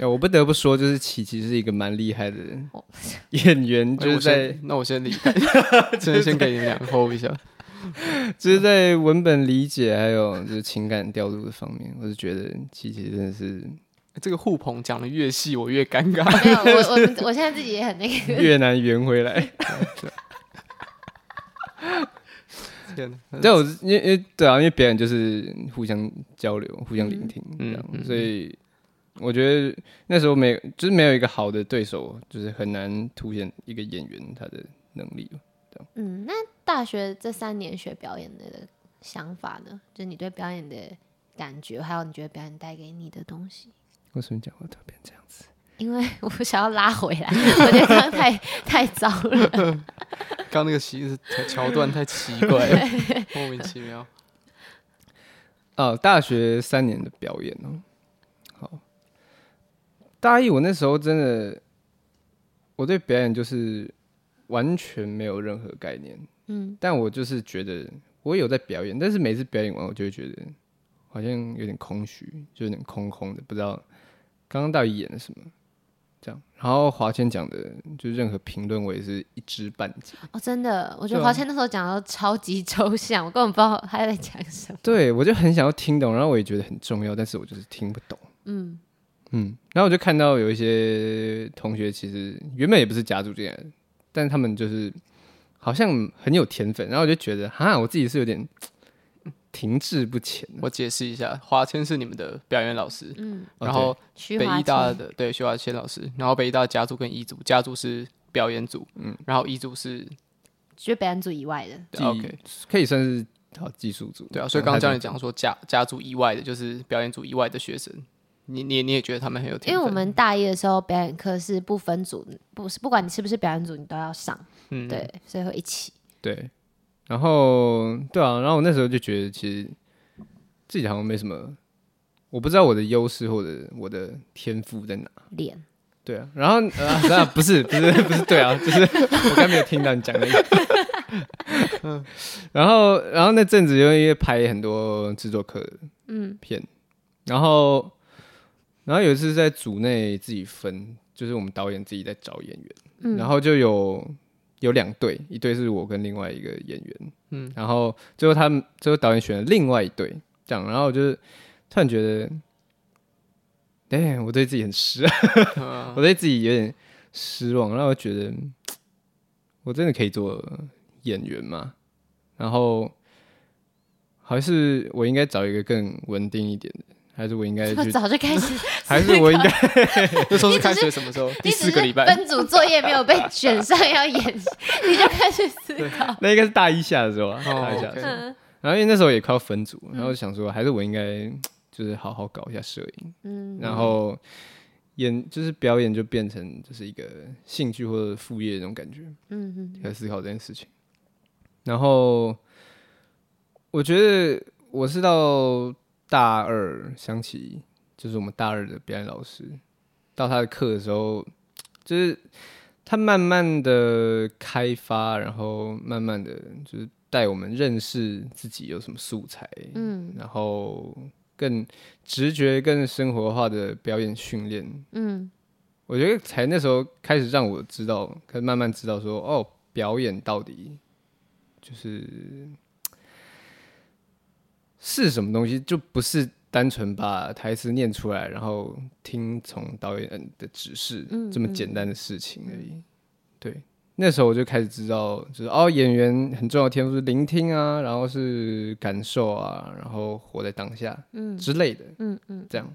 Speaker 3: 哎我不得不说，就是琪琪是一个蛮厉害的
Speaker 2: 哦
Speaker 3: [LAUGHS] 演员，就
Speaker 1: 哎
Speaker 3: 是
Speaker 1: 我
Speaker 3: 在
Speaker 1: 先那我先离
Speaker 3: [LAUGHS]
Speaker 1: 开，先先给你们两个 hold 一下。
Speaker 3: 就是在文本理解还有就是情感调度的方面，我是觉得琪琪真的是
Speaker 1: 这个互捧讲的越细，我越尴
Speaker 3: [LAUGHS]
Speaker 1: 尬。
Speaker 2: 没有，我我我现在自己也很那个，
Speaker 3: 越南圆回来。
Speaker 1: 天哪，
Speaker 3: 但我是因为因为对啊，因为表演就是互相交流、互相聆听这样，
Speaker 1: 嗯嗯
Speaker 3: 所以我觉得那时候没有就是没有一个好的对手，就是很难凸显一个演员他的能力。
Speaker 2: 嗯，那大学这三年学表演的想法呢？就是你对表演的感觉，还有你觉得表演带给你的东西。
Speaker 3: 为什么讲话突然变这样子？
Speaker 2: 因为我想要拉回来，我觉得刚刚太太早了。
Speaker 1: 刚那个奇桥段太奇怪
Speaker 3: [LAUGHS]
Speaker 1: 了，莫名其妙。
Speaker 3: 哦，大学三年的表演哦。好，大一我那时候真的，我对表演就是完全没有任何概念，
Speaker 2: 嗯，
Speaker 3: 但我就是觉得我有在表演，但是每次表演完，我就会觉得好像有点空虚，就有点空空的，不知道刚刚到底演了什么，这样。然后华谦讲的，就是任何评论我也是一知半解。
Speaker 2: 哦，真的，我觉
Speaker 3: 对
Speaker 2: 得
Speaker 3: 啊
Speaker 2: 华谦那时候讲的都超级抽象，我根本不知道他在讲什么。
Speaker 3: 对我就很想要听懂，然后我也觉得很重要，但是我就是听不懂。
Speaker 2: 嗯，
Speaker 3: 嗯，然后我就看到有一些同学其实原本也不是甲组进来的，但他们就是好像很有甜粉，然后我就觉得哈，我自己是有点停滞不前的。
Speaker 1: 我解释一下，华谦是你们的表演老师，
Speaker 2: 嗯，
Speaker 3: 哦
Speaker 1: 然后
Speaker 2: 区
Speaker 1: 北
Speaker 2: 华
Speaker 1: 医大
Speaker 2: 谦
Speaker 1: 的对徐华谦老师，然后北医大甲组跟乙组，甲组是表演组，嗯，然后乙组是
Speaker 2: 就北安组以外的，
Speaker 3: 对
Speaker 1: 对 OK
Speaker 3: 可以算是好技术组。
Speaker 1: 对啊，所以刚刚教
Speaker 3: 教
Speaker 1: 练讲说甲甲组以外的，就是表演组以外的学生，你你你也觉得他们很有天
Speaker 2: 因
Speaker 1: 分，
Speaker 2: 为我们大一的时候表演课是不分组，不是不管你是不是表演组，你都要上，
Speaker 1: 嗯
Speaker 2: 对，所以会一起。
Speaker 3: 对，然后对啊，然后我那时候就觉得其实自己好像没什么，我不知道我的优势或者我的天赋在哪。
Speaker 2: 练，
Speaker 3: 对啊，然后呃， [LAUGHS] 那、不是不是不是对啊，就是我刚没有听到你讲那 [LAUGHS] 个。嗯然后然后那阵子又因为拍很多制作课
Speaker 2: 嗯，
Speaker 3: 片，然后然后有一次在组内自己分，就是我们导演自己在找演员，
Speaker 2: 嗯
Speaker 3: 然后就有有两队，一队是我跟另外一个演员，嗯，然后最后他们最后导演选了另外一队，这样，然后我就是突然觉得，哎、我对自己很失， [LAUGHS] 我对自己有点失望，然后我觉得嗯我真的可以做演员吗？然后还是我应该找一个更稳定一点的，还是我应该
Speaker 2: [LAUGHS] 这么
Speaker 3: 去，
Speaker 2: 早就开始
Speaker 3: 还是我应该
Speaker 1: [LAUGHS] 那时候是开学什么时候？第
Speaker 2: 你只
Speaker 1: 四个
Speaker 2: 是
Speaker 1: 礼拜，
Speaker 2: 分组作业没有被选上要演， [LAUGHS] 你就开始思考。
Speaker 3: 那应该是大一下的时候啊，
Speaker 1: 哦
Speaker 3: 大一下的时候
Speaker 1: OK
Speaker 2: 嗯
Speaker 3: 然后因为那时候也快要分组，然后想说还是我应该就是好好搞一下摄影，
Speaker 2: 嗯，
Speaker 3: 然后演就是表演就变成就是一个兴趣或者副业那种感觉，
Speaker 2: 嗯嗯
Speaker 3: 在思考这件事情。然后我觉得我是到大二想起，就是我们大二的表演老师，到他的课的时候，就是他慢慢的开发，然后慢慢的就是带我们认识自己有什么素材，
Speaker 2: 嗯
Speaker 3: 然后更直觉、更生活化的表演训练，
Speaker 2: 嗯
Speaker 3: 我觉得才那时候开始让我知道，开始慢慢知道说，哦，表演到底就是是什么东西，就不是单纯把台词念出来，然后听从导演的指示、
Speaker 2: 嗯
Speaker 3: 这么简单的事情而已。对，那时候我就开始知道，就是哦，演员很重要的天赋是聆听啊，然后是感受啊，然后活在当下，
Speaker 2: 嗯
Speaker 3: 之类的，
Speaker 2: 嗯
Speaker 3: 嗯，这样。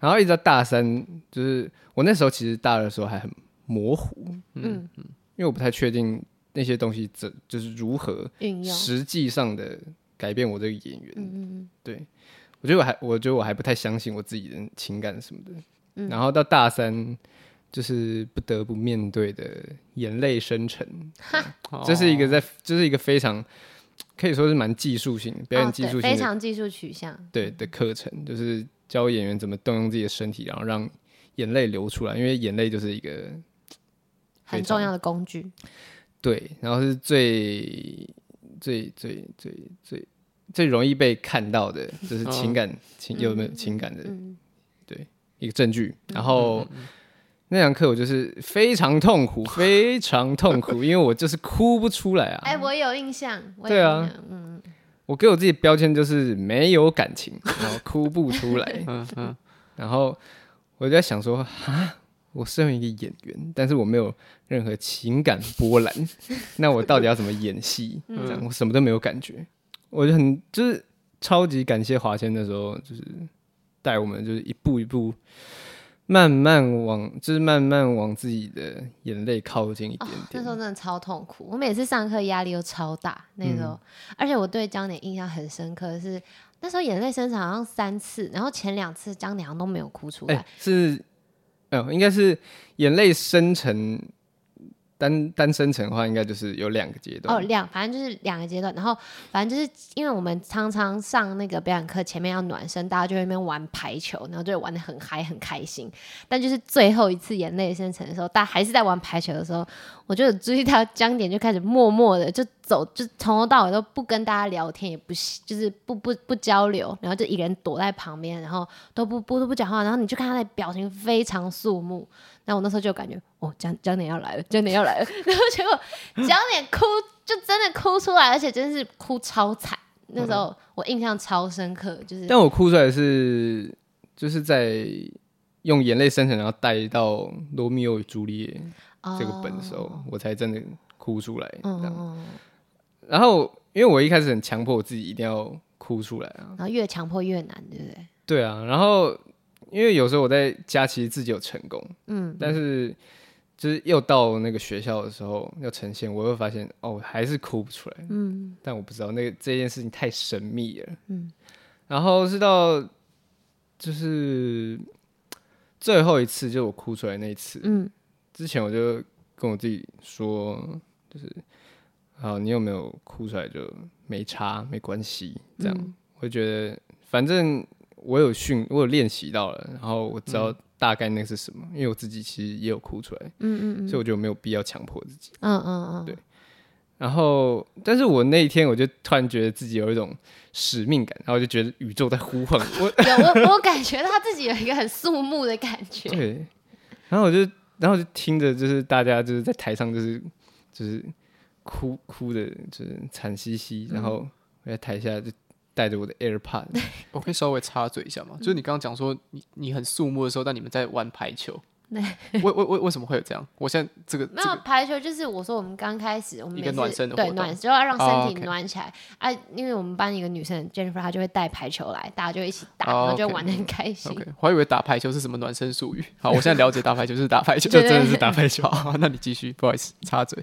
Speaker 3: 然后一直到大三，就是我那时候其实大二的时候还很模糊，
Speaker 2: 嗯，
Speaker 3: 因为我不太确定那些东西怎就是如何
Speaker 2: 运用，
Speaker 3: 实际上的改变我这个演员。
Speaker 2: 嗯嗯
Speaker 3: 对我觉得我还我觉得我还不太相信我自己的情感什么的。
Speaker 2: 嗯
Speaker 3: 然后到大三，就是不得不面对的眼泪生成，
Speaker 1: 哦
Speaker 3: 这是一个在这是一个非常可以说是蛮技术性表演技术
Speaker 2: 哦对
Speaker 3: 性
Speaker 2: 非
Speaker 3: 的
Speaker 2: 常技术取向，
Speaker 3: 对的课程，就是教演员怎么动用自己的身体，然后让眼泪流出来，因为眼泪就是一个
Speaker 2: 很重要的工具。
Speaker 3: 对，然后是最最最最最最容易被看到的，就是情感、情有没有情感的
Speaker 2: 嗯，
Speaker 3: 一个证据。然后那堂课我就是非常痛苦，非常痛苦，因为我就是哭不出来啊。
Speaker 2: 哎，我有印象，我有
Speaker 3: 对啊
Speaker 2: 印象，嗯，
Speaker 3: 我给我自己标签就是没有
Speaker 2: [LAUGHS]
Speaker 3: 感情，然后哭不出来。
Speaker 1: 嗯嗯，
Speaker 3: 然后我就在想说，啊，我身为一个演员，但是我没有任何情感
Speaker 2: [LAUGHS]
Speaker 3: 波澜，那我到底要怎么演戏？
Speaker 2: 嗯
Speaker 3: 这样我什么都没有感觉，我就很就是超级感谢华谦那时候就是带我们就是一步一步。慢慢往，就是慢慢往自己的眼泪靠近一
Speaker 2: 哦
Speaker 3: 点，
Speaker 2: 那
Speaker 3: 点。嗯
Speaker 2: 时候真的超痛苦，我每次上课压力都超大，那时候，而且我对江点印象很深刻的是，那时候眼泪生产好像三次，然后前两次江点好像都没有哭出
Speaker 3: 哎、
Speaker 2: 来，
Speaker 3: 是，嗯、应该是眼泪生成单单生成的话，应该就是有两个阶段。
Speaker 2: 哦，两反正就是两个阶段，然后反正就是因为我们常常上那个表演课，前面要暖身，大家就在那边玩排球，然后就玩的很嗨很开心。但就是最后一次演泪生成的时候，大家还是在玩排球的时候，我就有注意到江点就开始默默的就走，就从头到尾都不跟大家聊天，也不就是不不不交流，然后就一个人躲在旁边，然后都不不都不讲话，然后你就看他的表情非常肃穆。那我那时候就感觉，哦，江江点要来了，江点要来了。 [LAUGHS] 然后结果江点哭，就真的哭出来，而且真是哭超惨。那时候我印象超深刻，就是
Speaker 3: 但我哭出来是就是在用眼泪生成，然后带到《罗密欧与朱丽叶》这个本的时候，
Speaker 2: 哦
Speaker 3: 我才真的哭出来。这
Speaker 2: 嗯，
Speaker 3: 样，
Speaker 2: 嗯
Speaker 3: 然后因为我一开始很强迫我自己一定要哭出来啊
Speaker 2: 嗯，然后越强迫越难，对不对？
Speaker 3: 对啊，然后因为有时候我在家其实自己有成功，
Speaker 2: 嗯，
Speaker 3: 但是就是又到那个学校的时候要呈现，我又发现哦，我还是哭不出来。
Speaker 2: 嗯，
Speaker 3: 但我不知道那个这件事情太神秘了。
Speaker 2: 嗯，
Speaker 3: 然后是到就是最后一次，就是我哭出来那一次，
Speaker 2: 嗯，
Speaker 3: 之前我就跟我自己说，就是好，你有没有哭出来就没差，没关系，这样、
Speaker 2: 嗯
Speaker 3: 我就觉得反正我有训，我有练习到了，然后我知道大概那是什么，因为我自己其实也有哭出来，
Speaker 2: 嗯嗯嗯
Speaker 3: 所以我觉得我没有必要强迫自己。
Speaker 2: 嗯嗯嗯，
Speaker 3: 对然后，但是我那一天我就突然觉得自己有一种使命感，然后我就觉得宇宙在呼唤我，
Speaker 2: 有我我感觉到他自己有一个很肃穆的感觉，
Speaker 3: 对。然后我就，然后我就听着，就是大家就是在台上就是就是哭哭的，就是惨兮兮，然后我在台下就带着我的 AirPod，
Speaker 1: 我可以稍微插嘴一下吗？就是你刚刚讲说你你很肃穆的时候，但你们在玩排球，
Speaker 2: [LAUGHS] 对
Speaker 1: 为为为为什么会有这样？我现在这个
Speaker 2: 没
Speaker 1: 这
Speaker 2: 有啊
Speaker 1: 个
Speaker 2: 排球，就是我说我们刚开始，我们
Speaker 1: 一个
Speaker 2: 每次
Speaker 1: 暖身的
Speaker 2: 对
Speaker 1: 活动
Speaker 2: 暖，就要让
Speaker 1: 哦
Speaker 2: 身体
Speaker 1: ，OK
Speaker 2: 暖起来。哎、因为我们班一个女生 Jennifer，她就会带排球来，大家就一起打，
Speaker 1: 哦
Speaker 2: 然后就
Speaker 1: OK
Speaker 2: 玩的很开心。
Speaker 1: OK，我还以为打排球是什么暖身术语。好，我现在了解打排球就是打排球，
Speaker 2: 对对对
Speaker 1: 打排球。 [LAUGHS] 好，那你继续，不好意思，插嘴。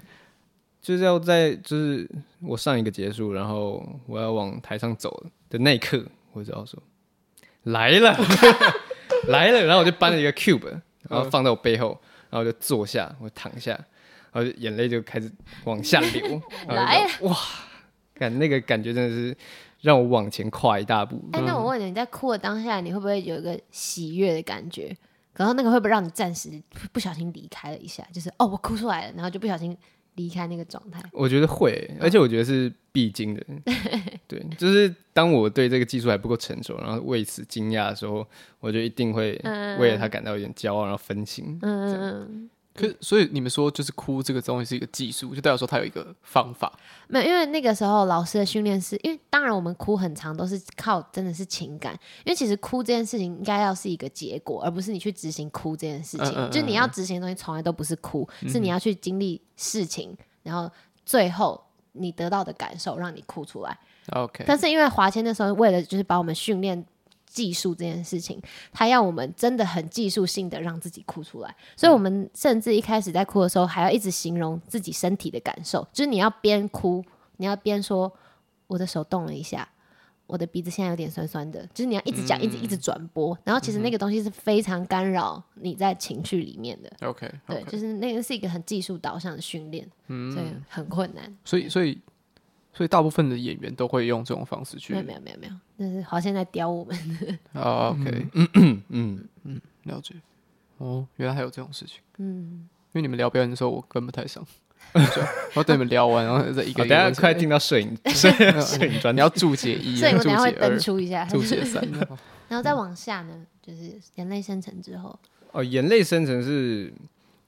Speaker 3: 就是要在就是我上一个结束，然后我要往台上走的那一刻，我就要说来了， [LAUGHS] 来了，然后我就搬了一个 cube，然后放到我背后，然后我就坐下，我躺下，然后就眼泪就开始往下流，然后
Speaker 2: 来
Speaker 3: 就哇，感那个感觉真的是让我往前跨一大步，
Speaker 2: 哎、那我问你，你在哭的当下，你会不会有一个喜悦的感觉？然后那个会不会让你暂时不小心离开了一下？就是哦，我哭出来了，然后就不小心离开那个状态。
Speaker 3: 我觉得会，而
Speaker 1: 哦
Speaker 3: 且我觉得是必经
Speaker 1: [LAUGHS]
Speaker 3: 的。对，就是当我对这个技术还不够成熟，然后为此惊讶的时候，我就一定会
Speaker 1: 嗯
Speaker 3: 为了他感到有点骄傲，然后分心。
Speaker 2: 嗯嗯嗯，
Speaker 1: 可是所以你们说就是哭这个东西是一个技术，就代表说它有一个方法。
Speaker 2: 没有，因为那个时候老师的训练是因为，当然我们哭很长都是靠真的是情感，因为其实哭这件事情应该要是一个结果，而不是你去执行哭这件事情。
Speaker 1: 嗯嗯嗯
Speaker 2: 就你要执行的东西从来都不是哭，是你要去经历事情，然后最后你得到的感受让你哭出来。
Speaker 1: OK，
Speaker 2: 但是因为华谦那时候为了就是把我们训练技术这件事情，他要我们真的很技术性的让自己哭出来，所以我们甚至一开始在哭的时候还要一直形容自己身体的感受，就是你要边哭，你要边说我的手动了一下。我的鼻子现在有点酸酸的，就是你要一直讲，一直一直转播，然后其实那个东西是非常干扰你在情绪里面的，
Speaker 1: OK，
Speaker 2: 对，就是那个是一个很技术导向的训练，所以很困难。
Speaker 1: 所以所以所以大部分的演员都会用这种方式去
Speaker 2: 没有没有没有没有，那是华现在刁我们。
Speaker 1: 啊，OK，
Speaker 3: 嗯，
Speaker 1: 了解。哦，原来还有这种事情。嗯，因为你们聊表演的时候，我跟不太上，就我等你们聊完，然后再一
Speaker 3: 好，
Speaker 1: 个一个
Speaker 3: 等下
Speaker 1: 问起来。
Speaker 3: 快进到
Speaker 1: [LAUGHS]
Speaker 3: 摄影摄影摄影专
Speaker 1: 你
Speaker 3: 题。
Speaker 1: 要注解一，
Speaker 2: 所以我
Speaker 1: 注
Speaker 2: 等
Speaker 1: 解
Speaker 2: 一下会登
Speaker 1: 二，
Speaker 2: 出一下，
Speaker 1: 注解三。哦
Speaker 2: 然后再往下呢，就是人类生成之后，
Speaker 3: 哦，眼泪生成是，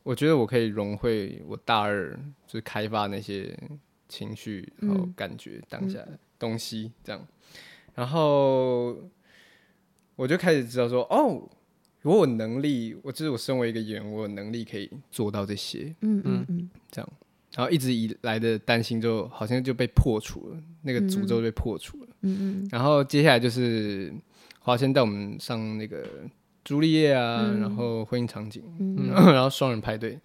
Speaker 3: 我觉得我可以融会我大二就是开发那些情绪，然后感觉当下的东西这样，然后我就开始知道说，哦，如果我能力，我就是我身为一个演员，我有能力可以做到这些，
Speaker 2: 嗯嗯嗯，
Speaker 3: 这样，然后一直以来的担心就好像就被破除了，那个诅咒被破除了。嗯嗯。然后接下来就是华先带我们上那个朱丽叶啊，然后婚姻场景，嗯然后双人派对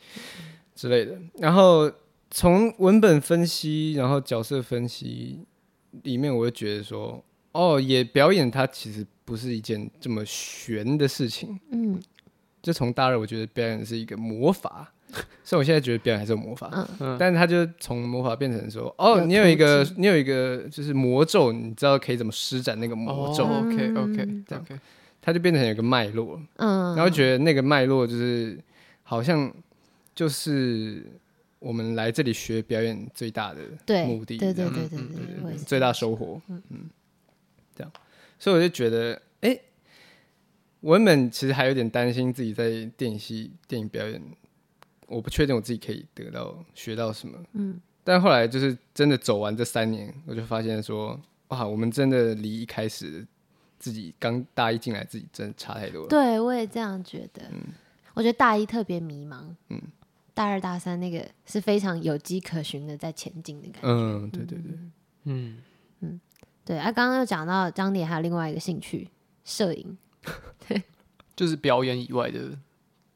Speaker 3: 之类的。然后从文本分析，然后角色分析里面，我会觉得说，哦，也表演它其实不是一件这么悬的事情。嗯。就从大二，我觉得表演是一个魔法，虽然我现在觉得表演还是有魔法，
Speaker 2: 嗯
Speaker 1: 嗯
Speaker 3: 但是他就从魔法变成说，哦，
Speaker 2: 有
Speaker 3: 你有一个
Speaker 2: 途
Speaker 3: 你有一个就是魔咒，你知道可以怎么施展那个魔咒，
Speaker 1: 哦、OK
Speaker 2: 嗯
Speaker 1: OK
Speaker 3: 这样
Speaker 1: OK，
Speaker 3: 他就变成有一个脉络，
Speaker 2: 嗯，
Speaker 3: 然后觉得那个脉络就是好像就是我们来这里学表演最大的
Speaker 2: 对
Speaker 3: 目的，
Speaker 2: 对
Speaker 3: 这
Speaker 2: 对
Speaker 3: 样
Speaker 2: 对
Speaker 1: 嗯
Speaker 2: 对
Speaker 1: 嗯
Speaker 2: 对
Speaker 3: 对
Speaker 2: 对，
Speaker 3: 对
Speaker 2: 我也是
Speaker 3: 最大收获，嗯，这样，所以我就觉得，哎、我原本其实还有点担心自己在电影系电影表演，我不确定我自己可以得到学到什么，嗯，但后来就是真的走完这三年，我就发现说，哇，我们真的离一开始自己刚大一进来自己真的差太多了，嗯
Speaker 2: 对我也这样觉得。我觉得大一特别迷茫，嗯，大二大三那个是非常有迹可循的在前进的感觉。
Speaker 3: 嗯，对对对，
Speaker 1: 嗯，
Speaker 2: 对啊，刚刚又讲到张典还有另外一个兴趣，摄影。
Speaker 1: 就是表演以外的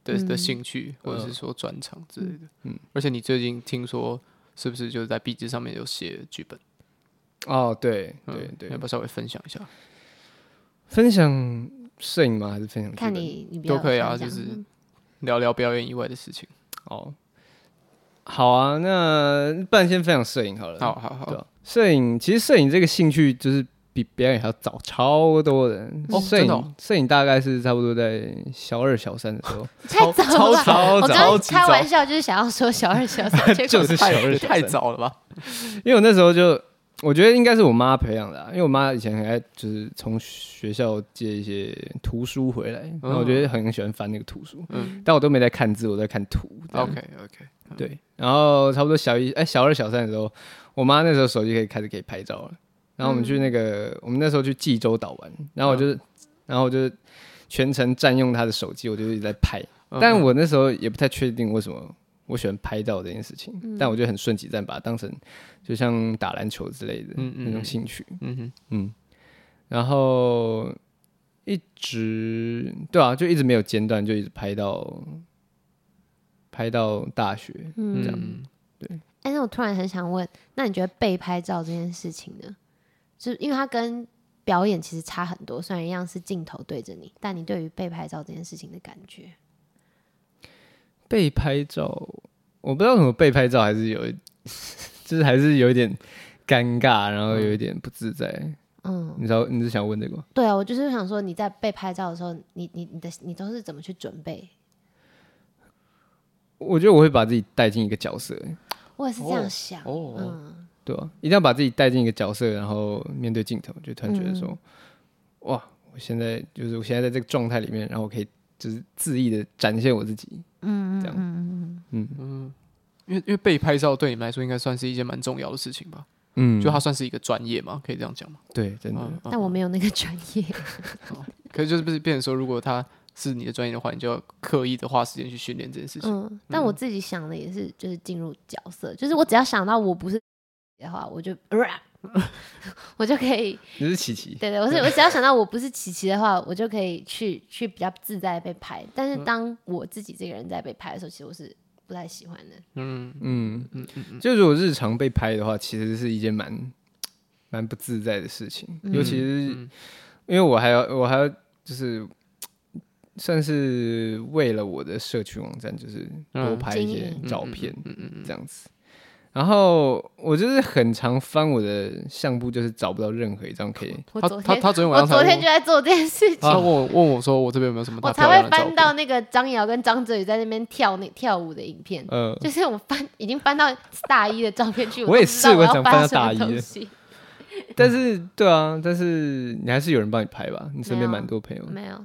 Speaker 1: 的的
Speaker 2: 嗯
Speaker 1: 兴趣，或者是说专场之类的。嗯，而且你最近听说是不是就是在壁纸上面有写剧本？
Speaker 3: 哦，对
Speaker 1: 嗯
Speaker 3: 对对
Speaker 1: 要不，要稍微分享一下？
Speaker 3: 分享摄影吗？还是分享剧
Speaker 2: 看
Speaker 3: 本
Speaker 2: 你，你比较
Speaker 1: 都可以啊，
Speaker 2: 有想
Speaker 1: 就
Speaker 2: 法
Speaker 1: 是
Speaker 2: 嗯
Speaker 1: 聊聊表演以外的事情。
Speaker 3: 哦，好啊，那不然先分享摄影好了。
Speaker 1: 好，好
Speaker 3: 对
Speaker 1: 好，
Speaker 3: 啊，摄影其实摄影这个兴趣就是比表演还要早超多的。
Speaker 1: 哦
Speaker 3: 摄
Speaker 1: 真的
Speaker 3: 影
Speaker 1: 哦
Speaker 3: 摄影大概是差不多在小二小三的时候，
Speaker 2: [LAUGHS]
Speaker 3: [LAUGHS]
Speaker 2: 太早
Speaker 3: 超
Speaker 2: 了吧。
Speaker 3: 超
Speaker 2: 我刚
Speaker 3: 超
Speaker 2: 刚
Speaker 3: 级
Speaker 2: 开
Speaker 3: 早
Speaker 2: 玩笑，就是想要说小二、小
Speaker 3: [LAUGHS]
Speaker 2: 三，结果
Speaker 3: 就是小
Speaker 1: 太
Speaker 3: 二小
Speaker 1: 太
Speaker 3: 三，
Speaker 1: 早了吧？
Speaker 3: 因为我那时候就。我觉得应该是我妈培养的、啊，因为我妈以前很爱就是从学校借一些图书回来，然后我觉得很喜欢翻那个图书，
Speaker 1: 嗯
Speaker 3: 但我都没在看字，我在看图。这样
Speaker 1: OK OK，
Speaker 3: 对，然后差不多小一哎、小二小三的时候，我妈那时候手机可以开始可以拍照了。然后我们去那个、
Speaker 1: 嗯
Speaker 3: 我们那时候去济州岛玩，然后我就是，然后我就是全程占用她的手机，我就一直在拍。
Speaker 1: 嗯
Speaker 3: 但我那时候也不太确定为什么我喜欢拍照这件事情，
Speaker 1: 嗯
Speaker 3: 但我就很顺其自然把它当成就像打篮球之类的
Speaker 1: 嗯嗯
Speaker 3: 那种
Speaker 1: 嗯
Speaker 3: 兴趣。
Speaker 1: 嗯哼，
Speaker 3: 嗯，然后一直对啊，就一直没有间断，就一直拍到拍到大学。
Speaker 2: 嗯，
Speaker 1: 这样
Speaker 2: 哎、那我突然很想问，那你觉得被拍照这件事情呢？就是因为它跟表演其实差很多，虽然一样是镜头对着你，但你对于被拍照这件事情的感觉，
Speaker 3: 被拍照，我不知道怎么被拍照，还是有一， [LAUGHS] 就是还是有一点尴尬，然后有一点不自在。
Speaker 2: 嗯，
Speaker 3: 你知道你是想问这个吗？
Speaker 2: 对啊，我就是想说，你在被拍照的时候，你你你的你都是怎么去准备？
Speaker 3: 我觉得我会把自己带进一个角色，
Speaker 2: 我也是这
Speaker 1: 哦
Speaker 2: 样想，
Speaker 1: 哦
Speaker 2: 嗯，
Speaker 3: 对吧、一定要把自己带进一个角色，然后面对镜头，就突然觉得说，
Speaker 1: 嗯
Speaker 3: 哇，我现在就是我现在在这个状态里面，然后我可以就是恣意的展现我自己，嗯，这样，嗯嗯
Speaker 1: 因为因为被拍照对你们来说应该算是一件蛮重要的事情吧？
Speaker 3: 嗯
Speaker 1: 就它算是一个专业嘛，可以这样讲吗？
Speaker 3: 对，真的，
Speaker 1: 嗯，
Speaker 2: 但我没有那个专业， [LAUGHS]
Speaker 1: 可是就是不是变成说，如果它是你的专业的话，你就要刻意的花时间去训练这件事情。
Speaker 2: 嗯，但我自己想的也是，就是进入角色，就是我只要想到我不是 [LAUGHS] 的话，我就 [LAUGHS] 我就可以
Speaker 3: 你是琪琪，
Speaker 2: 对对，我是我只要想到我不是琪琪的话，我就可以去去比较自在地被拍。但是当我自己这个人在被拍的时候，其实我是不太喜欢的。
Speaker 1: 嗯
Speaker 3: 嗯，
Speaker 1: 嗯嗯嗯，
Speaker 3: 就如果日常被拍的话，其实是一件蛮蛮不自在的事情，尤其是
Speaker 1: 嗯
Speaker 3: 因为我还要我还要就是算是为了我的社群网站，就是多
Speaker 1: 嗯
Speaker 3: 拍一
Speaker 2: 经
Speaker 3: 些
Speaker 2: 营
Speaker 3: 照片
Speaker 1: 嗯嗯嗯
Speaker 3: 这样子。然后我就是很常翻我的相簿，就是找不到任何一张可以。
Speaker 2: 我
Speaker 1: 他
Speaker 2: 昨
Speaker 1: 他
Speaker 2: 天
Speaker 1: 他昨天晚
Speaker 2: 我
Speaker 1: 上才
Speaker 2: 昨天
Speaker 1: 问
Speaker 2: 就在做这件事情，
Speaker 1: 他问我问我说我这边有没有什么
Speaker 2: 我
Speaker 1: 大
Speaker 2: 才
Speaker 1: 漂亮的
Speaker 2: 会
Speaker 1: 照
Speaker 2: 翻
Speaker 1: 片？
Speaker 2: 到那个张瑶跟张哲宇在那边跳那跳舞的影片。
Speaker 1: 嗯
Speaker 3: 呃，
Speaker 2: 就是我翻已经翻到大一的照片去，
Speaker 3: 我也
Speaker 2: 都不知道
Speaker 3: 是我
Speaker 2: 我要
Speaker 3: 想
Speaker 2: 翻
Speaker 3: 翻到
Speaker 2: 什么
Speaker 3: 大一的
Speaker 2: 东西
Speaker 3: 但是对啊，但是你还是有人帮你拍吧？你身边
Speaker 2: 没有
Speaker 3: 蛮多朋友的
Speaker 2: 没有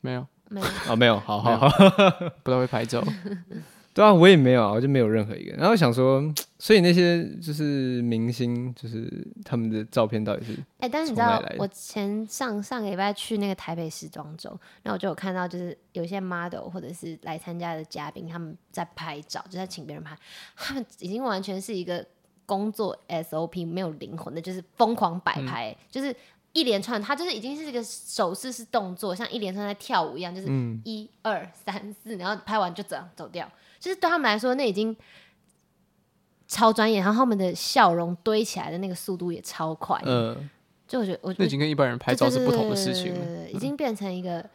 Speaker 1: 没有，
Speaker 2: 没有，
Speaker 3: 啊，没有，好
Speaker 1: 嗯没
Speaker 3: 好
Speaker 1: 有
Speaker 3: 好，
Speaker 1: 不太会拍
Speaker 2: [LAUGHS]
Speaker 1: 照。
Speaker 3: 对啊，我也没有啊，我就没有任何一个。然后想说，所以那些就是明星，就是他们的照片到底是
Speaker 2: 哎、但是你知
Speaker 3: 从哪
Speaker 2: 道
Speaker 3: 里来，的
Speaker 2: 我前上上个礼拜去那个台北时装周，然后我就有看到，就是有一些 model 或者是来参加的嘉宾，他们在拍照，就在请别人拍，他们已经完全是一个工作 SOP 没有灵魂的，就是疯狂摆
Speaker 3: 嗯
Speaker 2: 拍、就是一连串，他就是已经是这个手势是动作，像一连串在跳舞一样，就是
Speaker 3: 嗯
Speaker 2: 一、二三四，然后拍完就走走掉，就是对他们来说，那已经。超专业，然后他们的笑容堆起来的那个速度也超快，
Speaker 3: 呃，
Speaker 2: 就我觉得我
Speaker 1: 那已经跟一般人拍照是不同的事情
Speaker 2: 对对
Speaker 1: 了。嗯
Speaker 2: 对对对对已经变成一个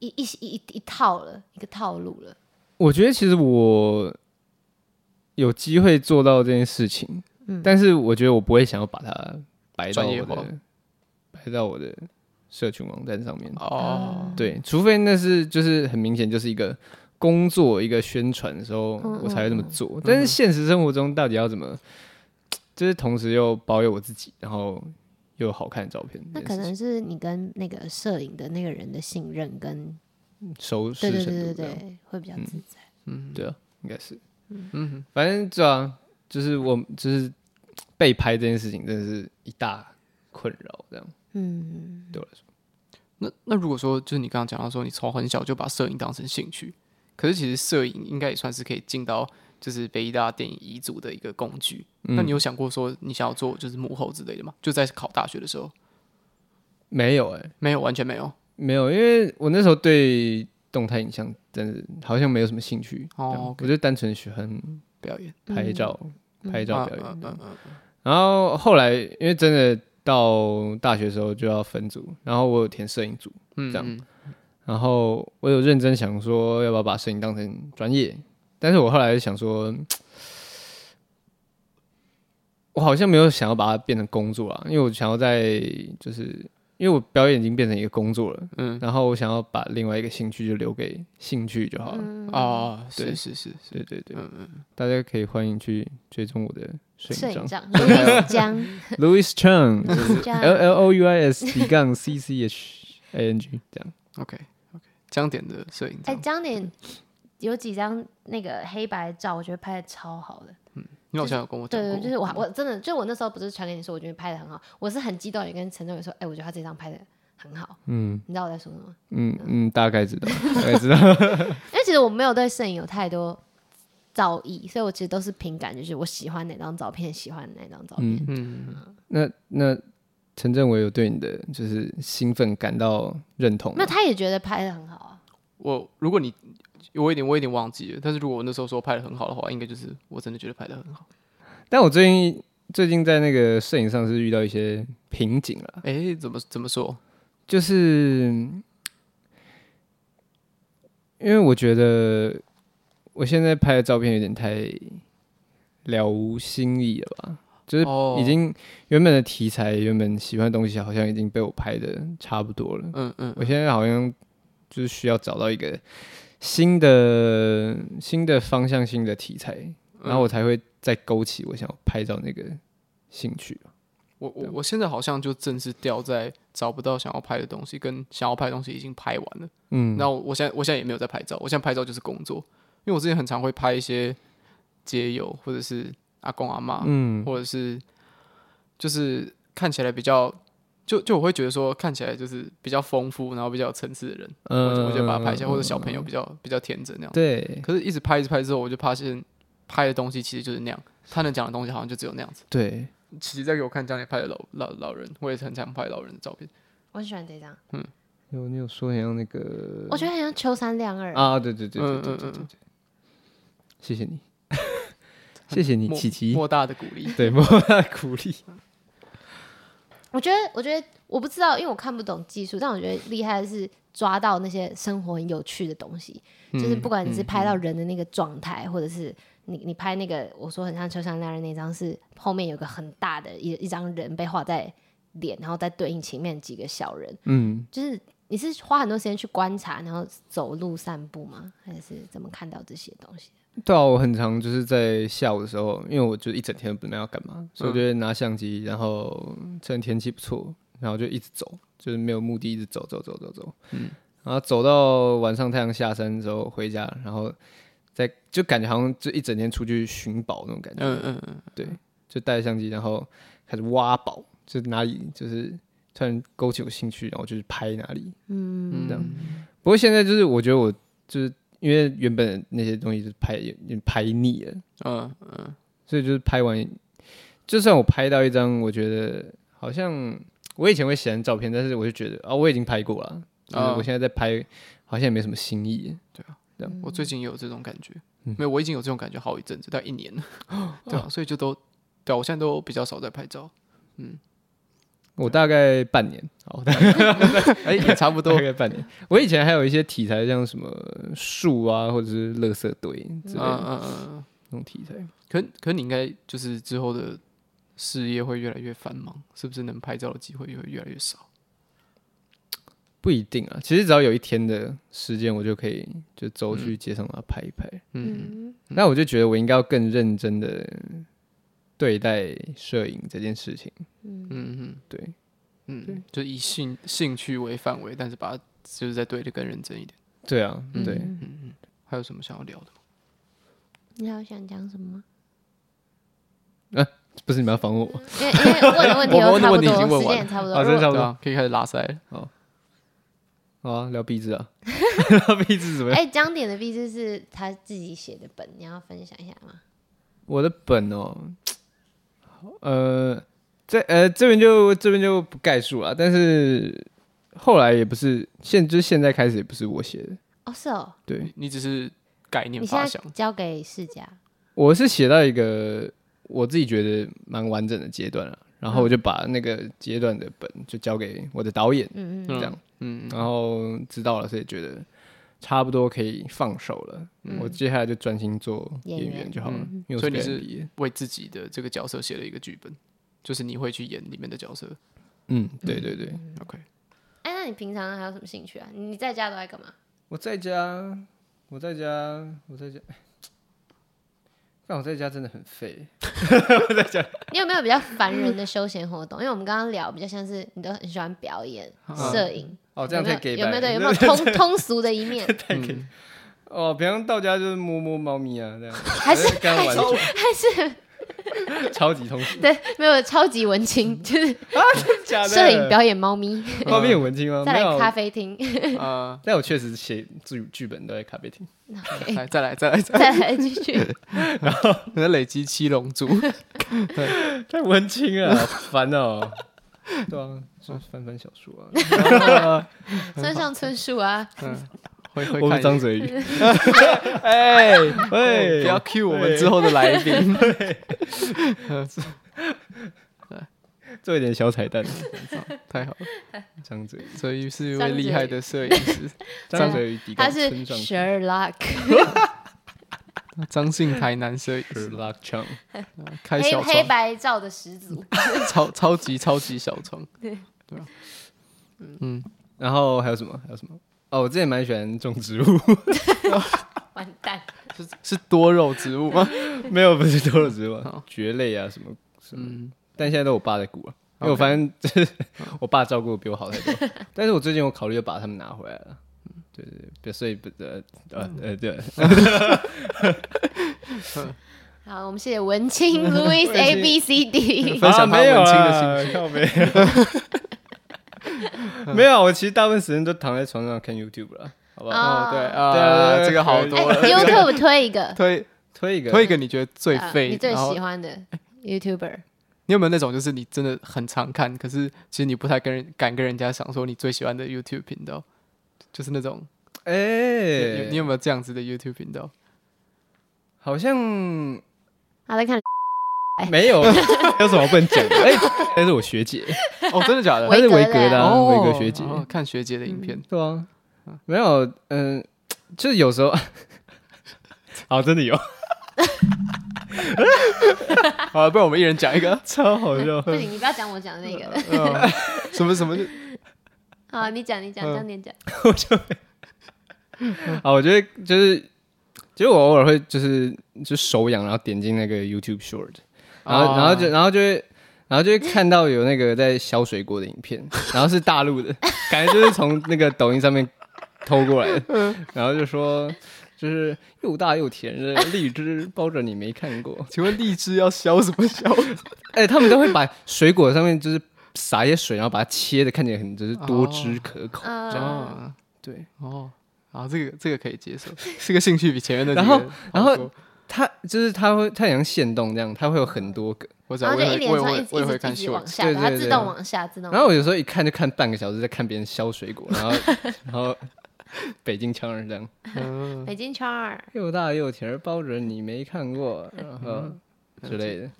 Speaker 2: 一一一一一套了，一个套路了。
Speaker 3: 我觉得其实我有机会做到这件事情，
Speaker 2: 嗯
Speaker 3: 但是我觉得我不会想要把它摆到
Speaker 1: 专业
Speaker 3: 我
Speaker 1: 化
Speaker 3: 的摆到我的社群网站上面。
Speaker 1: 哦，
Speaker 3: 对，除非那是就是很明显就是一个工作一个宣传的时候，
Speaker 2: 嗯
Speaker 3: 我才会这么做。但是现实生活中到底要怎么，就是同时又保有我自己，然后又有好看的照片，
Speaker 2: 那
Speaker 3: 这
Speaker 2: 可
Speaker 3: 件事
Speaker 2: 能是你跟那个摄影的那个人的信任跟
Speaker 3: 情收视
Speaker 2: 对对
Speaker 3: 程
Speaker 2: 对对
Speaker 3: 度这样
Speaker 2: 对，会比较自在。
Speaker 3: 对啊，应该是，
Speaker 1: 嗯，
Speaker 3: 反正对啊，就是我就是被拍这件事情真的是一大困扰，这样
Speaker 2: 嗯，
Speaker 3: 对我来说，
Speaker 1: 那那如果说就是你刚刚讲到说你从很小就把摄影当成兴趣，可是其实摄影应该也算是可以进到就是北医大电影遗嘱的一个工具。
Speaker 3: 嗯
Speaker 1: 那你有想过说你想要做就是幕后之类的吗？就在考大学的时候，
Speaker 3: 没有哎、
Speaker 1: 没有，完全没有。
Speaker 3: 没有，因为我那时候对动态影像真的好像没有什么兴趣，
Speaker 1: 哦
Speaker 3: 这样
Speaker 1: OK
Speaker 3: 我就单纯喜欢
Speaker 1: 表演，
Speaker 3: 拍照、拍照表演。
Speaker 1: 嗯嗯嗯
Speaker 3: 然后后来因为真的到大学的时候就要分组，然后我有填摄影组，
Speaker 1: 嗯，
Speaker 3: 这样
Speaker 1: 嗯
Speaker 3: 然后我有认真想说要不要把摄影当成专业，但是我后来想说，我好像没有想要把它变成工作啊，因为我想要在就是因为我表演已经变成一个工作了，
Speaker 1: 嗯
Speaker 3: 嗯，然后我想要把另外一个兴趣就留给兴趣就好了，
Speaker 2: 嗯
Speaker 1: 哦，是
Speaker 3: 对
Speaker 1: 是是是，
Speaker 3: 对对对，
Speaker 1: 嗯嗯，
Speaker 3: 大家可以欢迎去追踪我的摄
Speaker 2: 摄
Speaker 3: 影
Speaker 2: 影
Speaker 3: 账
Speaker 1: [LAUGHS]
Speaker 2: 账 Louis 江
Speaker 3: [LAUGHS] Louis Chang 就是
Speaker 2: Chang
Speaker 3: L L O U I S 底杠 C C H A N G 这样，
Speaker 1: OK OK，江点的摄影
Speaker 2: 哎，
Speaker 1: 照，
Speaker 2: 江点有几张那个黑白照，我觉得拍的超好的。
Speaker 1: 你好像有跟我讲
Speaker 2: 对
Speaker 1: 过，
Speaker 2: 对，就是我我真的就我那时候不是传给你说，我觉得拍的很好，我是很激动，也跟陈仲宇说，哎，我觉得他这张拍的很好。
Speaker 3: 嗯
Speaker 2: 你知道我在说什么吗？
Speaker 3: 嗯嗯，大概知道，大概知道。
Speaker 2: 因为其实我没有对摄影有太多造诣，所以我其实都是凭感觉，就是我喜欢哪张照片，喜欢哪张照片。
Speaker 3: 嗯
Speaker 1: 嗯，
Speaker 3: 那那陈政伟有对你的就是兴奋感到认同
Speaker 2: 那
Speaker 3: 吗？
Speaker 2: 他也觉得拍的很好啊。
Speaker 1: 我如果你我有点我有点忘记了，但是如果我那时候说拍的很好的话，应该就是我真的觉得拍的很好。
Speaker 3: 但我最近最近在那个摄影上是遇到一些瓶颈了，
Speaker 1: 哎，怎么怎么说？
Speaker 3: 就是嗯因为我觉得我现在拍的照片有点太了无新意了吧，就是
Speaker 1: 哦
Speaker 3: 已经原本的题材、原本喜欢的东西，好像已经被我拍的差不多了。
Speaker 1: 嗯嗯
Speaker 3: 我现在好像就是需要找到一个新的新的方向、新的题材，
Speaker 1: 嗯
Speaker 3: 然后我才会再勾起我想要拍照那个兴趣。
Speaker 1: 我我我现在好像就正是掉在找不到想要拍的东西，跟想要拍的东西已经拍完了。
Speaker 3: 嗯，
Speaker 1: 那我我现在我现在也没有在拍照，我现在拍照就是工作，因为我之前很常会拍一些街友或者是阿公阿妈，
Speaker 3: 嗯
Speaker 1: 或者是就是看起来比较，就就我会觉得说看起来就是比较丰富，然后比较有层次的人，
Speaker 3: 嗯
Speaker 1: 我就我就把它拍下，
Speaker 3: 嗯
Speaker 1: 或者小朋友比较比较天真那样。
Speaker 3: 对
Speaker 1: 可是，一直拍一直拍之后，我就发现拍的东西其实就是那样，他能讲的东西好像就只有那样子。
Speaker 3: 对，
Speaker 1: 其实在给我看家里拍的老老老人，我也是很想拍老人的照片。
Speaker 2: 我很喜欢这张，
Speaker 3: 有你有说很像那个
Speaker 2: 我觉得很像秋山亮二。
Speaker 3: 啊，对对对对
Speaker 1: 嗯
Speaker 3: 对
Speaker 1: 嗯
Speaker 3: 对
Speaker 1: 嗯，[LAUGHS]
Speaker 3: 谢谢你，谢谢你，
Speaker 1: 莫
Speaker 3: 琪琪，
Speaker 1: 莫大的鼓励。
Speaker 3: 对莫大的鼓励。
Speaker 2: 我觉得，我觉得我不知道，因为我看不懂技术，但我觉得厉害的是抓到那些生活很有趣的东西，
Speaker 3: 嗯
Speaker 2: 就是不管你是拍到人的那个状态，或者是你你拍那个我说很像秋山亮二那张，是后面有个很大的一一张人被画在脸，然后再对应前面几个小人，
Speaker 3: 嗯，
Speaker 2: 就是你是花很多时间去观察，然后走路散步吗？还是怎么看到这些东西？
Speaker 3: 对啊，我很常就是在下午的时候，因为我就一整天不知道要干嘛，所以我就会拿相机，然后趁天气不错，然后就一直走，就是没有目的，一直走走走走走，嗯，然后走到晚上太阳下山之后回家，然后再就感觉好像就一整天出去寻宝那种感觉，
Speaker 1: 嗯嗯嗯，
Speaker 3: 对，就带着相机，然后开始挖宝，就哪里就是突然勾起我兴趣，然后就是拍哪里，嗯，这样。不过现在就是我觉得我就是因为原本那些东西就是拍也也拍腻了，
Speaker 1: 嗯，
Speaker 3: 所以就是拍完，就算我拍到一张，我觉得好像我以前会喜欢照片，但是我就觉得啊，我已经拍过了，就是
Speaker 1: 啊
Speaker 3: 我现在在拍，好像也没什么新意。
Speaker 1: 我最近也有这种感觉，
Speaker 3: 嗯
Speaker 1: 没有，我已经有这种感觉好一哦阵子，大概一年了，对啊，所以就都，对啊，我现在都比较少在拍照，
Speaker 3: 我大概半年，好，大概
Speaker 1: [LAUGHS]
Speaker 3: 哎
Speaker 1: 也差不多
Speaker 3: 大。概半年。我以前还有一些题材，像什么树啊，或者是垃圾堆
Speaker 1: 嗯
Speaker 3: 之类的
Speaker 1: 嗯嗯嗯。
Speaker 3: 那种题材。
Speaker 1: 可可你应该就是之后的事业会越来越繁忙，是不是能拍照的机会也会越来越少？
Speaker 3: 不一定啊，其实只要有一天的时间，我就可以就走去街上把啊它拍一拍。
Speaker 1: 嗯，
Speaker 2: 嗯，
Speaker 3: 那我就觉得我应该要更认真的对待摄影这件事情。嗯嗯，对，
Speaker 1: 嗯，就以兴兴趣为范围，但是把它就是在对的更认真一点。
Speaker 3: 对啊，
Speaker 1: 嗯
Speaker 3: 对，
Speaker 1: 还有什么想要聊的吗？
Speaker 2: 你还有想讲什么吗？
Speaker 3: 不是你们要访问我，
Speaker 2: [LAUGHS] 因为因为问的问题
Speaker 1: 我们
Speaker 2: 都差
Speaker 1: 问的
Speaker 2: 不
Speaker 1: 问题已经问
Speaker 2: 多，时
Speaker 1: 完
Speaker 2: 间也差不
Speaker 3: 啊
Speaker 2: 多。
Speaker 3: 真
Speaker 2: 如果
Speaker 3: 的差不
Speaker 1: 对
Speaker 3: 多
Speaker 1: 啊，可以开始拉塞了。
Speaker 3: 好啊，聊壁纸啊， [LAUGHS] 聊壁纸怎么样？
Speaker 2: 哎，江点的 B 字是他自己写的本，你要分享一下吗？
Speaker 3: 我的本哦，呃，这呃这边就这边就不概述了，但是后来也不是现就是现在开始也不是我写的，
Speaker 2: 哦，是哦，
Speaker 3: 对
Speaker 1: 你只是概念
Speaker 2: 你
Speaker 1: 发
Speaker 2: 现
Speaker 1: 想
Speaker 2: 在，交给世家，
Speaker 3: 我是写到一个我自己觉得蛮完整的阶段了、然后我就把那个阶段的本就交给我的导演，
Speaker 2: 嗯嗯
Speaker 3: 这
Speaker 1: 嗯
Speaker 3: 样，
Speaker 1: 嗯，
Speaker 3: 然后知道了，所以觉得差不多可以放手了。我接下来就专心做
Speaker 2: 嗯演
Speaker 3: 演
Speaker 2: 员
Speaker 3: 员就好了，
Speaker 1: 嗯
Speaker 3: 因为我
Speaker 1: 所以你
Speaker 3: 表演
Speaker 1: 是
Speaker 3: 毕业
Speaker 1: 为自己的这个角色写了一个剧本，就是你会去演里面的角色。
Speaker 3: 嗯，对对对，
Speaker 1: OK，
Speaker 2: 哎，那你平常还有什么兴趣啊？你在家都在干嘛？ [LAUGHS]
Speaker 3: 我在家，我在家，我在家。但我在家真的很废，
Speaker 2: 你有没有比较烦人的休闲活动？因为我们刚刚聊比较像是你都很喜欢表演、
Speaker 1: 啊
Speaker 2: 摄影，
Speaker 3: 哦，这样才给
Speaker 2: 有没有有没
Speaker 1: [LAUGHS]
Speaker 2: 有对有没
Speaker 3: 有？ [LAUGHS]
Speaker 2: 有通通俗的一面？
Speaker 1: 嗯
Speaker 3: 哦，平常到家就是摸摸猫咪啊，这样
Speaker 2: 还是 [LAUGHS]
Speaker 3: 刚
Speaker 2: 还
Speaker 3: 玩
Speaker 2: 是还是
Speaker 3: 超级
Speaker 2: [LAUGHS]
Speaker 3: 通俗
Speaker 2: 对，没有超级文青， [LAUGHS] 就是
Speaker 3: 啊，真的假的？
Speaker 2: 摄影表演猫咪，
Speaker 3: 猫咪有文青吗？
Speaker 2: 再
Speaker 3: 没
Speaker 2: 来
Speaker 3: 有
Speaker 2: 咖，啡厅， [LAUGHS]
Speaker 1: 呃，
Speaker 3: 但我确实写剧剧本都在咖啡厅。
Speaker 1: 来再来再来再来，
Speaker 2: 再来继
Speaker 1: [LAUGHS]
Speaker 2: 续。
Speaker 1: 你在累积七龙珠。 [LAUGHS]
Speaker 3: 太文青 [LAUGHS] 了，烦哦。对
Speaker 1: 哦
Speaker 3: 啊，就翻翻小说
Speaker 1: [LAUGHS]
Speaker 3: 啊，
Speaker 2: 村上春树啊，
Speaker 1: 嗯，会会
Speaker 3: 我
Speaker 1: 看
Speaker 3: 是
Speaker 1: 一
Speaker 3: 张
Speaker 1: 下
Speaker 3: 嘴语。 [LAUGHS] 哎
Speaker 1: 对，
Speaker 3: 喂，
Speaker 1: 不要 cue 我们之后的来
Speaker 3: [LAUGHS]
Speaker 1: 宾。
Speaker 3: 做一点小彩蛋。
Speaker 1: 太好了，
Speaker 3: 张
Speaker 1: [LAUGHS]
Speaker 3: 嘴，
Speaker 1: 所以是一位厉害的摄影师，啊
Speaker 3: 张嘴语底
Speaker 2: 他
Speaker 3: 高
Speaker 2: 是
Speaker 3: 村上
Speaker 2: Sherlock，
Speaker 1: 张姓台南摄影师，
Speaker 3: Sherlock Chang。
Speaker 1: 开
Speaker 2: 黑
Speaker 1: 小
Speaker 2: 黑
Speaker 1: 窗，
Speaker 2: 白照的始
Speaker 1: [LAUGHS]
Speaker 2: 祖。
Speaker 1: 超超级超级小窗。
Speaker 3: 然后还有什么？还有什么？哦，我之前蛮喜欢种植物， [LAUGHS]
Speaker 2: 完蛋，
Speaker 1: 是是多肉植物吗？
Speaker 3: 没有不是多肉植物
Speaker 1: 好
Speaker 3: 啊，蕨类啊什么什么，
Speaker 1: 哦嗯，
Speaker 3: 但现在都我爸在顾了。因为
Speaker 1: OK
Speaker 3: 我
Speaker 1: 嗯
Speaker 3: 发现，就是 [LAUGHS] 我爸照顾得比我好太多，但是我最近有考虑要把它们拿回来了。对对对，所以不呃呃呃对，
Speaker 2: 好，我们谢谢
Speaker 1: [LAUGHS]
Speaker 2: 文青 Louis A B C D。
Speaker 1: 分享他
Speaker 3: 没有
Speaker 1: 文青的
Speaker 3: 啊靠北 [LAUGHS]
Speaker 1: [LAUGHS]
Speaker 3: 没有，啊我其实大部分时间都躺在床上看 YouTube 了，好不
Speaker 1: [LAUGHS]
Speaker 3: 好？
Speaker 1: 哦
Speaker 2: 啊
Speaker 1: 对
Speaker 3: 对啊
Speaker 1: 啊，
Speaker 3: 对啊
Speaker 1: 这个好
Speaker 3: 可以
Speaker 1: 多
Speaker 2: 哎
Speaker 1: 了。
Speaker 2: ，YouTube 推一个，
Speaker 1: 推
Speaker 3: 推一个，
Speaker 1: 推一个你觉得 [LAUGHS] 最
Speaker 2: 啊
Speaker 1: 废，
Speaker 2: 你最
Speaker 1: 然后
Speaker 2: 喜欢的 YouTuber，
Speaker 1: 你有没有那种就是你真的很常看，可是其实你不太跟人敢跟人家讲说你最喜欢的 YouTube 频道，就是那种
Speaker 3: 哎、
Speaker 1: 你你有没有这样子的 YouTube 频道？
Speaker 3: 好像
Speaker 2: 他
Speaker 1: [LAUGHS]
Speaker 2: 在看
Speaker 3: 没有， [LAUGHS] 有什么不能讲的？哎、但是我学姐，
Speaker 1: 哦，真的假的？
Speaker 3: 她是维格的、啊，
Speaker 1: 哦，
Speaker 3: 维格学姐，
Speaker 1: 哦看学姐的影片，
Speaker 3: 对啊，没有，嗯、就是有时 [LAUGHS] 候，好，哦真的有，。
Speaker 2: 嗯
Speaker 1: 好，不然我们一人讲一个
Speaker 3: [LAUGHS] 超 [LAUGHS] 好笑，
Speaker 2: 不行，你不要讲我讲的
Speaker 1: [LAUGHS]
Speaker 2: 那个。
Speaker 1: 嗯什么什么？
Speaker 2: 好，你讲，你讲，
Speaker 1: 嗯
Speaker 2: 张点讲。
Speaker 3: 啊，我觉得就是，其实我偶尔会就是就手痒，然后点进那个 YouTube Short，然后、
Speaker 1: 哦
Speaker 3: 然后就然后就会然后就会看到有那个在削水果的影片， [LAUGHS] 然后是大陆的，感觉就是从那个抖音上面偷过来的，然后就说就是又大又甜的荔枝，包着你没看过，
Speaker 1: 请问荔枝要削什么削？
Speaker 3: 哎、他们都会把水果上面就是撒一些水，然后把它切的看起来很就是多汁可口，这
Speaker 2: 嗯，
Speaker 3: 样
Speaker 1: 哦
Speaker 3: 对。
Speaker 1: 哦，好，这个这个可以接受，是个兴趣比前面的。
Speaker 3: 然后然后它就是它会，它很像线动这样，它会有很多个，
Speaker 1: 我知
Speaker 2: 然
Speaker 1: 道，
Speaker 2: 后
Speaker 1: 我
Speaker 2: 就
Speaker 1: 也
Speaker 2: 一
Speaker 1: 会我也
Speaker 2: 连串一
Speaker 1: 会
Speaker 2: 直
Speaker 1: 我也会
Speaker 2: 一直一
Speaker 1: 看
Speaker 2: 直
Speaker 1: short，
Speaker 2: 往下，
Speaker 3: 对
Speaker 2: 的，它
Speaker 3: 对
Speaker 2: 自
Speaker 3: 对
Speaker 2: 动往下，自动。
Speaker 3: 然后我有时候一看就看半个小时，在看别人削水果，然后 [LAUGHS] 然后北京腔儿这样，
Speaker 1: 嗯
Speaker 2: 北京圈儿，
Speaker 3: 嗯又大又甜儿，包着你没看过，然后之类的。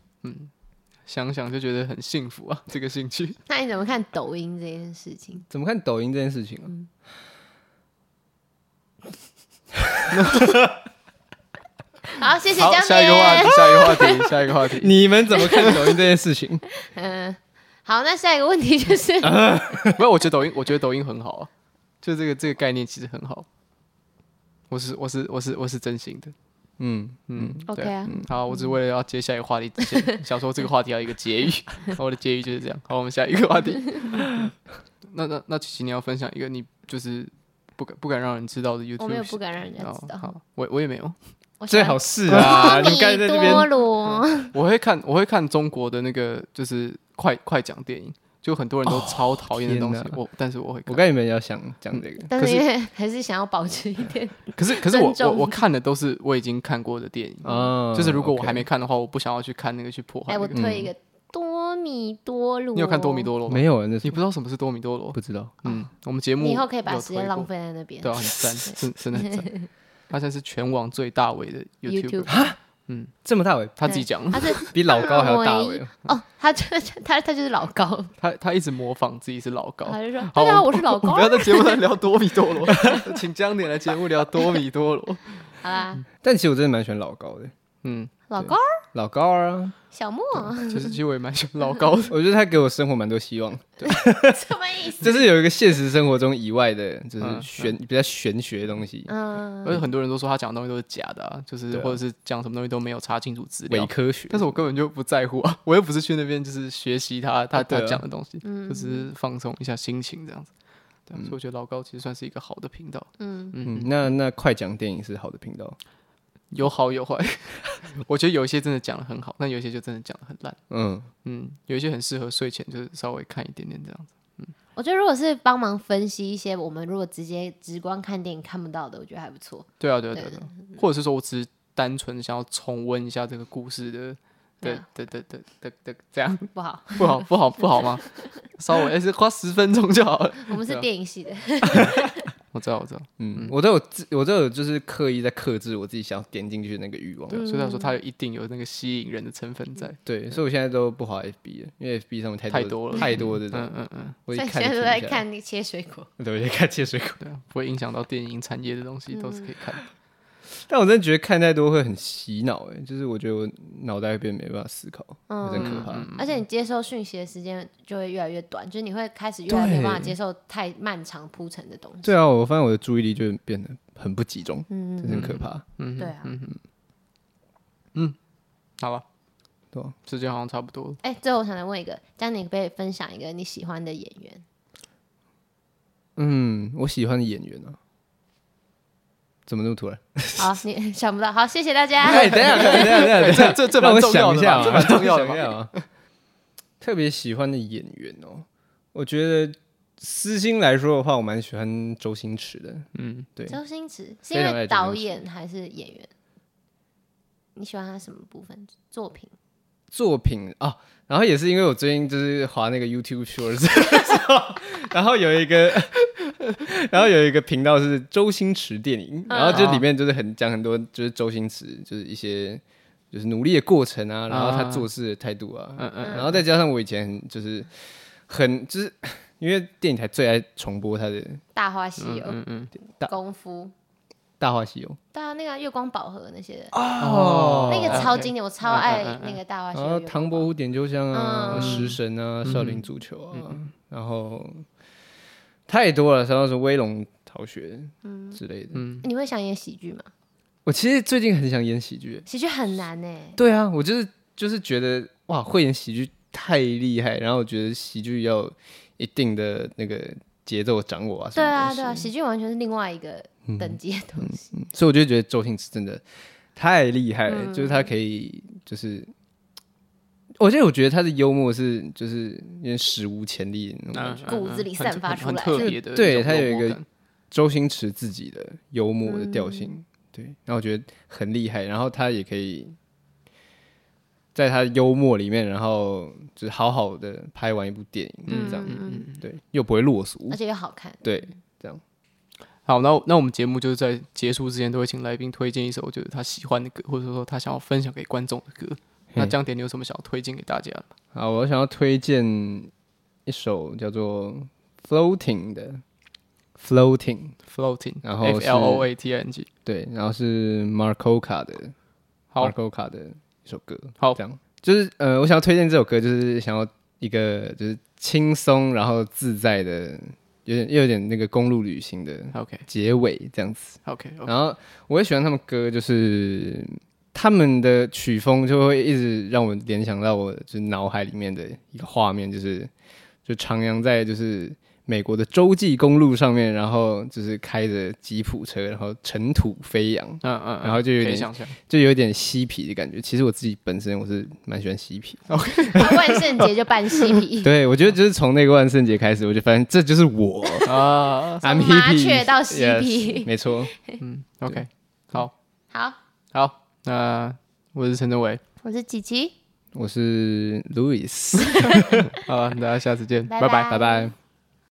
Speaker 1: 想想就觉得很幸福啊，这个兴趣。
Speaker 2: 那你怎么看抖音这件事情？
Speaker 3: 怎么看抖音这件事情啊？
Speaker 2: [LAUGHS] 好，谢谢
Speaker 1: 好，
Speaker 2: 江
Speaker 1: 下一个话
Speaker 2: 姐
Speaker 1: 题。，下一个话
Speaker 2: [LAUGHS]
Speaker 1: 题，下一个话题。
Speaker 3: [LAUGHS] 你们怎么看抖音这件事情？
Speaker 2: 嗯，好，那下一个问
Speaker 1: [LAUGHS]
Speaker 2: 题就是，
Speaker 1: 呃没有，我觉得抖音，我觉得抖音很好啊，就这个这个概念其实很好。我是我是我是我是真心的，
Speaker 3: [LAUGHS] 嗯，
Speaker 1: 嗯
Speaker 2: OK
Speaker 1: 对
Speaker 2: 啊
Speaker 1: 嗯好，我只为了要接下一个话题之前，想说这个话题要有一个结语， [LAUGHS] 然后我的结语就是这样。好，我们下一个话 [LAUGHS] 题。那那那，琪琪你要分享一个你就是不敢不敢让人知道的 YouTube，
Speaker 2: 我没有不敢让人家知
Speaker 1: 哦
Speaker 2: 道。
Speaker 1: 好，呃我我也没有， [LAUGHS]
Speaker 2: 我喜
Speaker 3: [LAUGHS] 最
Speaker 2: 欢
Speaker 3: 好是 [LAUGHS] 啊，你刚才在这边
Speaker 2: 多罗，
Speaker 1: 我会看，我会看中国的那个就是快快讲电影，就很多人都超讨厌的东西，
Speaker 3: 天哪
Speaker 1: 我但是哦我会
Speaker 3: 我
Speaker 1: 看。
Speaker 3: 刚原本要想讲这个，
Speaker 2: 但是因为还是想要保持一点。
Speaker 1: 可是可是我
Speaker 2: 尊
Speaker 1: 我
Speaker 2: 重
Speaker 1: 我看的都是我已经看过的电影，
Speaker 3: 哦
Speaker 1: 就是如果我还
Speaker 3: OK
Speaker 1: 没看的话，我不想要去看那个去破坏
Speaker 2: 哎，
Speaker 1: 那
Speaker 2: 我哦
Speaker 1: 个。
Speaker 2: 推一个多米多罗，
Speaker 1: 你有看多米？多罗吗？
Speaker 3: 没有啊，那
Speaker 1: 你
Speaker 3: 是
Speaker 1: 不知道什么是多米多罗？
Speaker 3: [LAUGHS] 不知道，
Speaker 1: 嗯，我们节目
Speaker 2: 哦你以后可以把
Speaker 1: 有
Speaker 2: 时间
Speaker 1: 推
Speaker 2: 浪
Speaker 1: 过，
Speaker 2: 费在那边
Speaker 1: 对。啊，很赞，真真的很赞。他现在是全网最大
Speaker 2: [LAUGHS]
Speaker 1: 尾的
Speaker 2: YouTube
Speaker 1: YouTube，
Speaker 3: 这么大尾，
Speaker 1: 他自己讲，
Speaker 2: 他是
Speaker 1: [LAUGHS]
Speaker 3: 比老高还要大
Speaker 2: [LAUGHS]
Speaker 3: 尾
Speaker 2: 唯一，哦，他就他他就是老高，
Speaker 1: 他他一直模仿自己是老高。
Speaker 2: 他就说
Speaker 1: 哦好
Speaker 2: 大家好，
Speaker 1: 我
Speaker 2: 我是老高
Speaker 1: 不。要在节目上聊多米多罗， [LAUGHS] 请江点来节目聊多米多罗。
Speaker 2: 好啦，
Speaker 3: 但其实我真的蛮喜欢老高的，
Speaker 1: 嗯，
Speaker 2: 老高
Speaker 3: 老高 [LAUGHS] 啊，
Speaker 2: 小莫
Speaker 1: 其实其实我也蛮喜欢老高的。
Speaker 3: 我觉得他给我生活蛮多希望，
Speaker 2: [LAUGHS] 什么意思？
Speaker 3: 就是有一个现实生活中以外的，就是
Speaker 1: 嗯
Speaker 3: 玄比较玄学的东西，
Speaker 2: 嗯，
Speaker 1: 而且很多人都说他讲的东西都是假的、啊，就是
Speaker 3: 对啊
Speaker 1: 或者是讲什么东西都没有查清楚资
Speaker 3: 伪
Speaker 1: 料。
Speaker 3: 科学。
Speaker 1: 但是我根本就不在乎啊，我又不是去那边就是学习他他
Speaker 3: 对
Speaker 1: 他
Speaker 3: 啊
Speaker 1: 讲的东西，
Speaker 2: 嗯
Speaker 1: 就只是放松一下心情这样子。对啊，所以我觉得老高其实算是一个好的频道，
Speaker 2: 嗯，
Speaker 3: 嗯，那那快讲电影是好的频道，
Speaker 1: 有好有坏。 [LAUGHS] 我觉得有一些真的讲的很好，但有一些就真的讲的很烂。
Speaker 3: 嗯，
Speaker 1: 嗯，有一些很适合睡前，就是稍微看一点点这样子。
Speaker 2: 我觉得如果是帮忙分析一些我们如果直接直观看电影看不到的，我觉得还不错。
Speaker 1: 对啊，对啊，对啊，对啊或者是说我只是单纯想要重温一下这个故事的
Speaker 2: 对
Speaker 1: 的
Speaker 2: 啊
Speaker 1: 的的的的的这样。
Speaker 2: 不好，
Speaker 1: 不好，不好，不好吗？稍微，而哎是花十分钟就好了。
Speaker 2: 我们
Speaker 1: 对
Speaker 2: 是
Speaker 1: 啊
Speaker 2: 电影系的，
Speaker 1: 我知道，我知道，
Speaker 3: 嗯，我都有自，我都有就是刻意在克制我自己想要点进去的那个欲望。
Speaker 1: 对啊，所以他说他有一定有那个吸引人的成分在。
Speaker 2: 嗯
Speaker 3: 对，所以我现在都不滑 FB 了，因为 FB 上面太
Speaker 1: 太多了
Speaker 3: 太多这种
Speaker 1: 嗯，嗯嗯，
Speaker 3: 我一
Speaker 2: 所以
Speaker 3: 看
Speaker 2: 现
Speaker 3: 就
Speaker 2: 在都在
Speaker 3: 停不下来，
Speaker 2: 看那切水果。
Speaker 3: 对，我在看切水果。
Speaker 1: 对啊，不会影响到电影产业的东西都是可以看的。
Speaker 3: 但我真的觉得看太多会很洗脑，哎，就是我觉得我脑袋会变没办法思考，
Speaker 2: 嗯
Speaker 3: 有点可怕。
Speaker 2: 而且你接收讯息的时间就会越来越短，就是你会开始越来越没办法接受太漫长铺陈的东西。
Speaker 3: 对啊，我发现我的注意力就变得很不集中，
Speaker 2: 嗯
Speaker 3: 这是很可怕。
Speaker 1: 嗯，
Speaker 2: 对啊
Speaker 1: 嗯嗯嗯，好吧，
Speaker 3: 对啊，
Speaker 1: 时间好像差不多了。
Speaker 2: 哎、最后我想再问一个，江宁可不可以分享一个你喜欢的演员？
Speaker 3: 嗯，我喜欢的演员啊，怎么那么突然？
Speaker 2: 好，你想不到，好，谢谢大
Speaker 3: [LAUGHS]
Speaker 2: 家。
Speaker 3: 哎，等一下，等一下， [LAUGHS] 等一下，等一下，
Speaker 1: 这这这蛮
Speaker 3: 让我
Speaker 1: 重要
Speaker 3: 想一
Speaker 1: 的
Speaker 3: 下
Speaker 1: 吧，
Speaker 3: 啊，
Speaker 1: 这蛮重要的
Speaker 3: 让我
Speaker 1: 吧。
Speaker 3: 想一下啊。特别喜欢的演员哦，我觉得私心来说的话，我蛮喜欢周星驰的。
Speaker 1: 嗯，
Speaker 3: 对，
Speaker 2: 周星驰是
Speaker 3: 非
Speaker 2: 因
Speaker 3: 常
Speaker 2: 为
Speaker 3: 爱周星
Speaker 2: 导演还是演员？你喜欢他什么部分作品？
Speaker 3: 作品啊、然后也是因为我最近就是滑那个 YouTube Shorts，的时候然后有一个，然后有一个频道是周星驰电影，然后就
Speaker 1: 嗯
Speaker 3: 里面就是很讲很多就是周星驰就是一些就是努力的过程啊，然后他做事的态度啊，
Speaker 1: 嗯嗯嗯
Speaker 3: 然后再加上我以前很就是很就是因为电影台最爱重播他的《
Speaker 2: 《大话西游》
Speaker 1: 嗯嗯，
Speaker 3: 大
Speaker 2: 功夫》，
Speaker 3: 大话西游》
Speaker 2: 大家那个月光宝盒那些的，
Speaker 3: 哦
Speaker 2: 那个超经典，我超爱
Speaker 1: 嗯嗯嗯嗯
Speaker 2: 那个《大话西
Speaker 3: 然
Speaker 2: 游》月光宝盒。
Speaker 3: 后啊哦唐伯虎点秋香啊，
Speaker 2: 嗯
Speaker 3: 食神啊，少林足球啊，然后太多了，然后是威龙逃学
Speaker 2: 嗯
Speaker 3: 之类的。
Speaker 2: 你会想演喜剧吗？
Speaker 3: 我其实最近很想演喜剧，
Speaker 2: 喜剧很难欸呢、
Speaker 3: 对啊，我就是就是觉得哇，会演喜剧太厉害，然后我觉得喜剧要有一定的那个节奏掌握啊，什
Speaker 2: 对
Speaker 3: 么
Speaker 2: 啊，
Speaker 3: 东西嗯
Speaker 2: 对啊，喜剧完全是另外一个等级的东西。
Speaker 3: 所以我就觉得周星驰真的太厉害
Speaker 2: 嗯
Speaker 3: 了，就是他可以就是。我觉得，我觉得他的幽默是就是有点史无前例的那种感觉。
Speaker 2: 骨子里散发出来
Speaker 1: 嗯很特别的，
Speaker 3: 对它有一个周星驰自己的幽默的调性，对，然后我觉得很厉害，然后他也可以在他的幽默里面，然后就是好好的拍完一部电影，这样，对，又不会落俗
Speaker 2: 而，且又好看。
Speaker 3: 对，
Speaker 1: 好，那那我们节目就是在结束之前都会请来宾推荐一首就是他喜欢的歌，或者说他想要分享给观众的歌。那江点你有什么想要推荐给大家的吗？
Speaker 3: 啊，我想要推荐一首叫做《Floating》的《Floating》，
Speaker 1: Floating，
Speaker 3: 然后
Speaker 1: F
Speaker 3: 是
Speaker 1: L O A T I N G，
Speaker 3: 对，然后是 Marco 卡的
Speaker 1: 好
Speaker 3: Marco 卡的一首歌，
Speaker 1: 好
Speaker 3: 这样就是呃，我想要推荐这首歌，就是想要一个就是轻松然后自在的，有点又有点那个公路旅行的
Speaker 1: ，OK
Speaker 3: 结尾这样子。
Speaker 1: OK OK，
Speaker 3: 然后我也喜欢他们歌，就是他们的曲风就会一直让我联想到我就是脑海里面的一个画面，就是就徜徉在就是美国的洲际公路上面，然后就是开着吉普车，然后尘土飞扬，
Speaker 1: 嗯嗯，嗯
Speaker 3: 然后就有
Speaker 1: 可以
Speaker 3: 点
Speaker 1: 想
Speaker 3: [LAUGHS]
Speaker 1: 象，
Speaker 3: 就有点嬉皮的感觉。其实我自己本身我是蛮喜欢嬉皮，
Speaker 2: 他万圣节就扮嬉
Speaker 3: [LAUGHS]
Speaker 2: 皮，
Speaker 3: 对我觉得就是从那个万圣节开始，我就发现这就是我
Speaker 1: 啊
Speaker 3: ，I'm
Speaker 2: 从麻
Speaker 3: hippie，
Speaker 2: 雀到嬉
Speaker 3: yes，
Speaker 2: 皮
Speaker 3: 没错，
Speaker 1: 嗯，OK，好
Speaker 2: 好，
Speaker 1: 好，那我是陈正伟，
Speaker 2: 我是琪琪，
Speaker 3: 我是 Louis，
Speaker 1: 啊好，大家下次见，
Speaker 2: 拜
Speaker 1: 拜拜。
Speaker 3: 拜拜。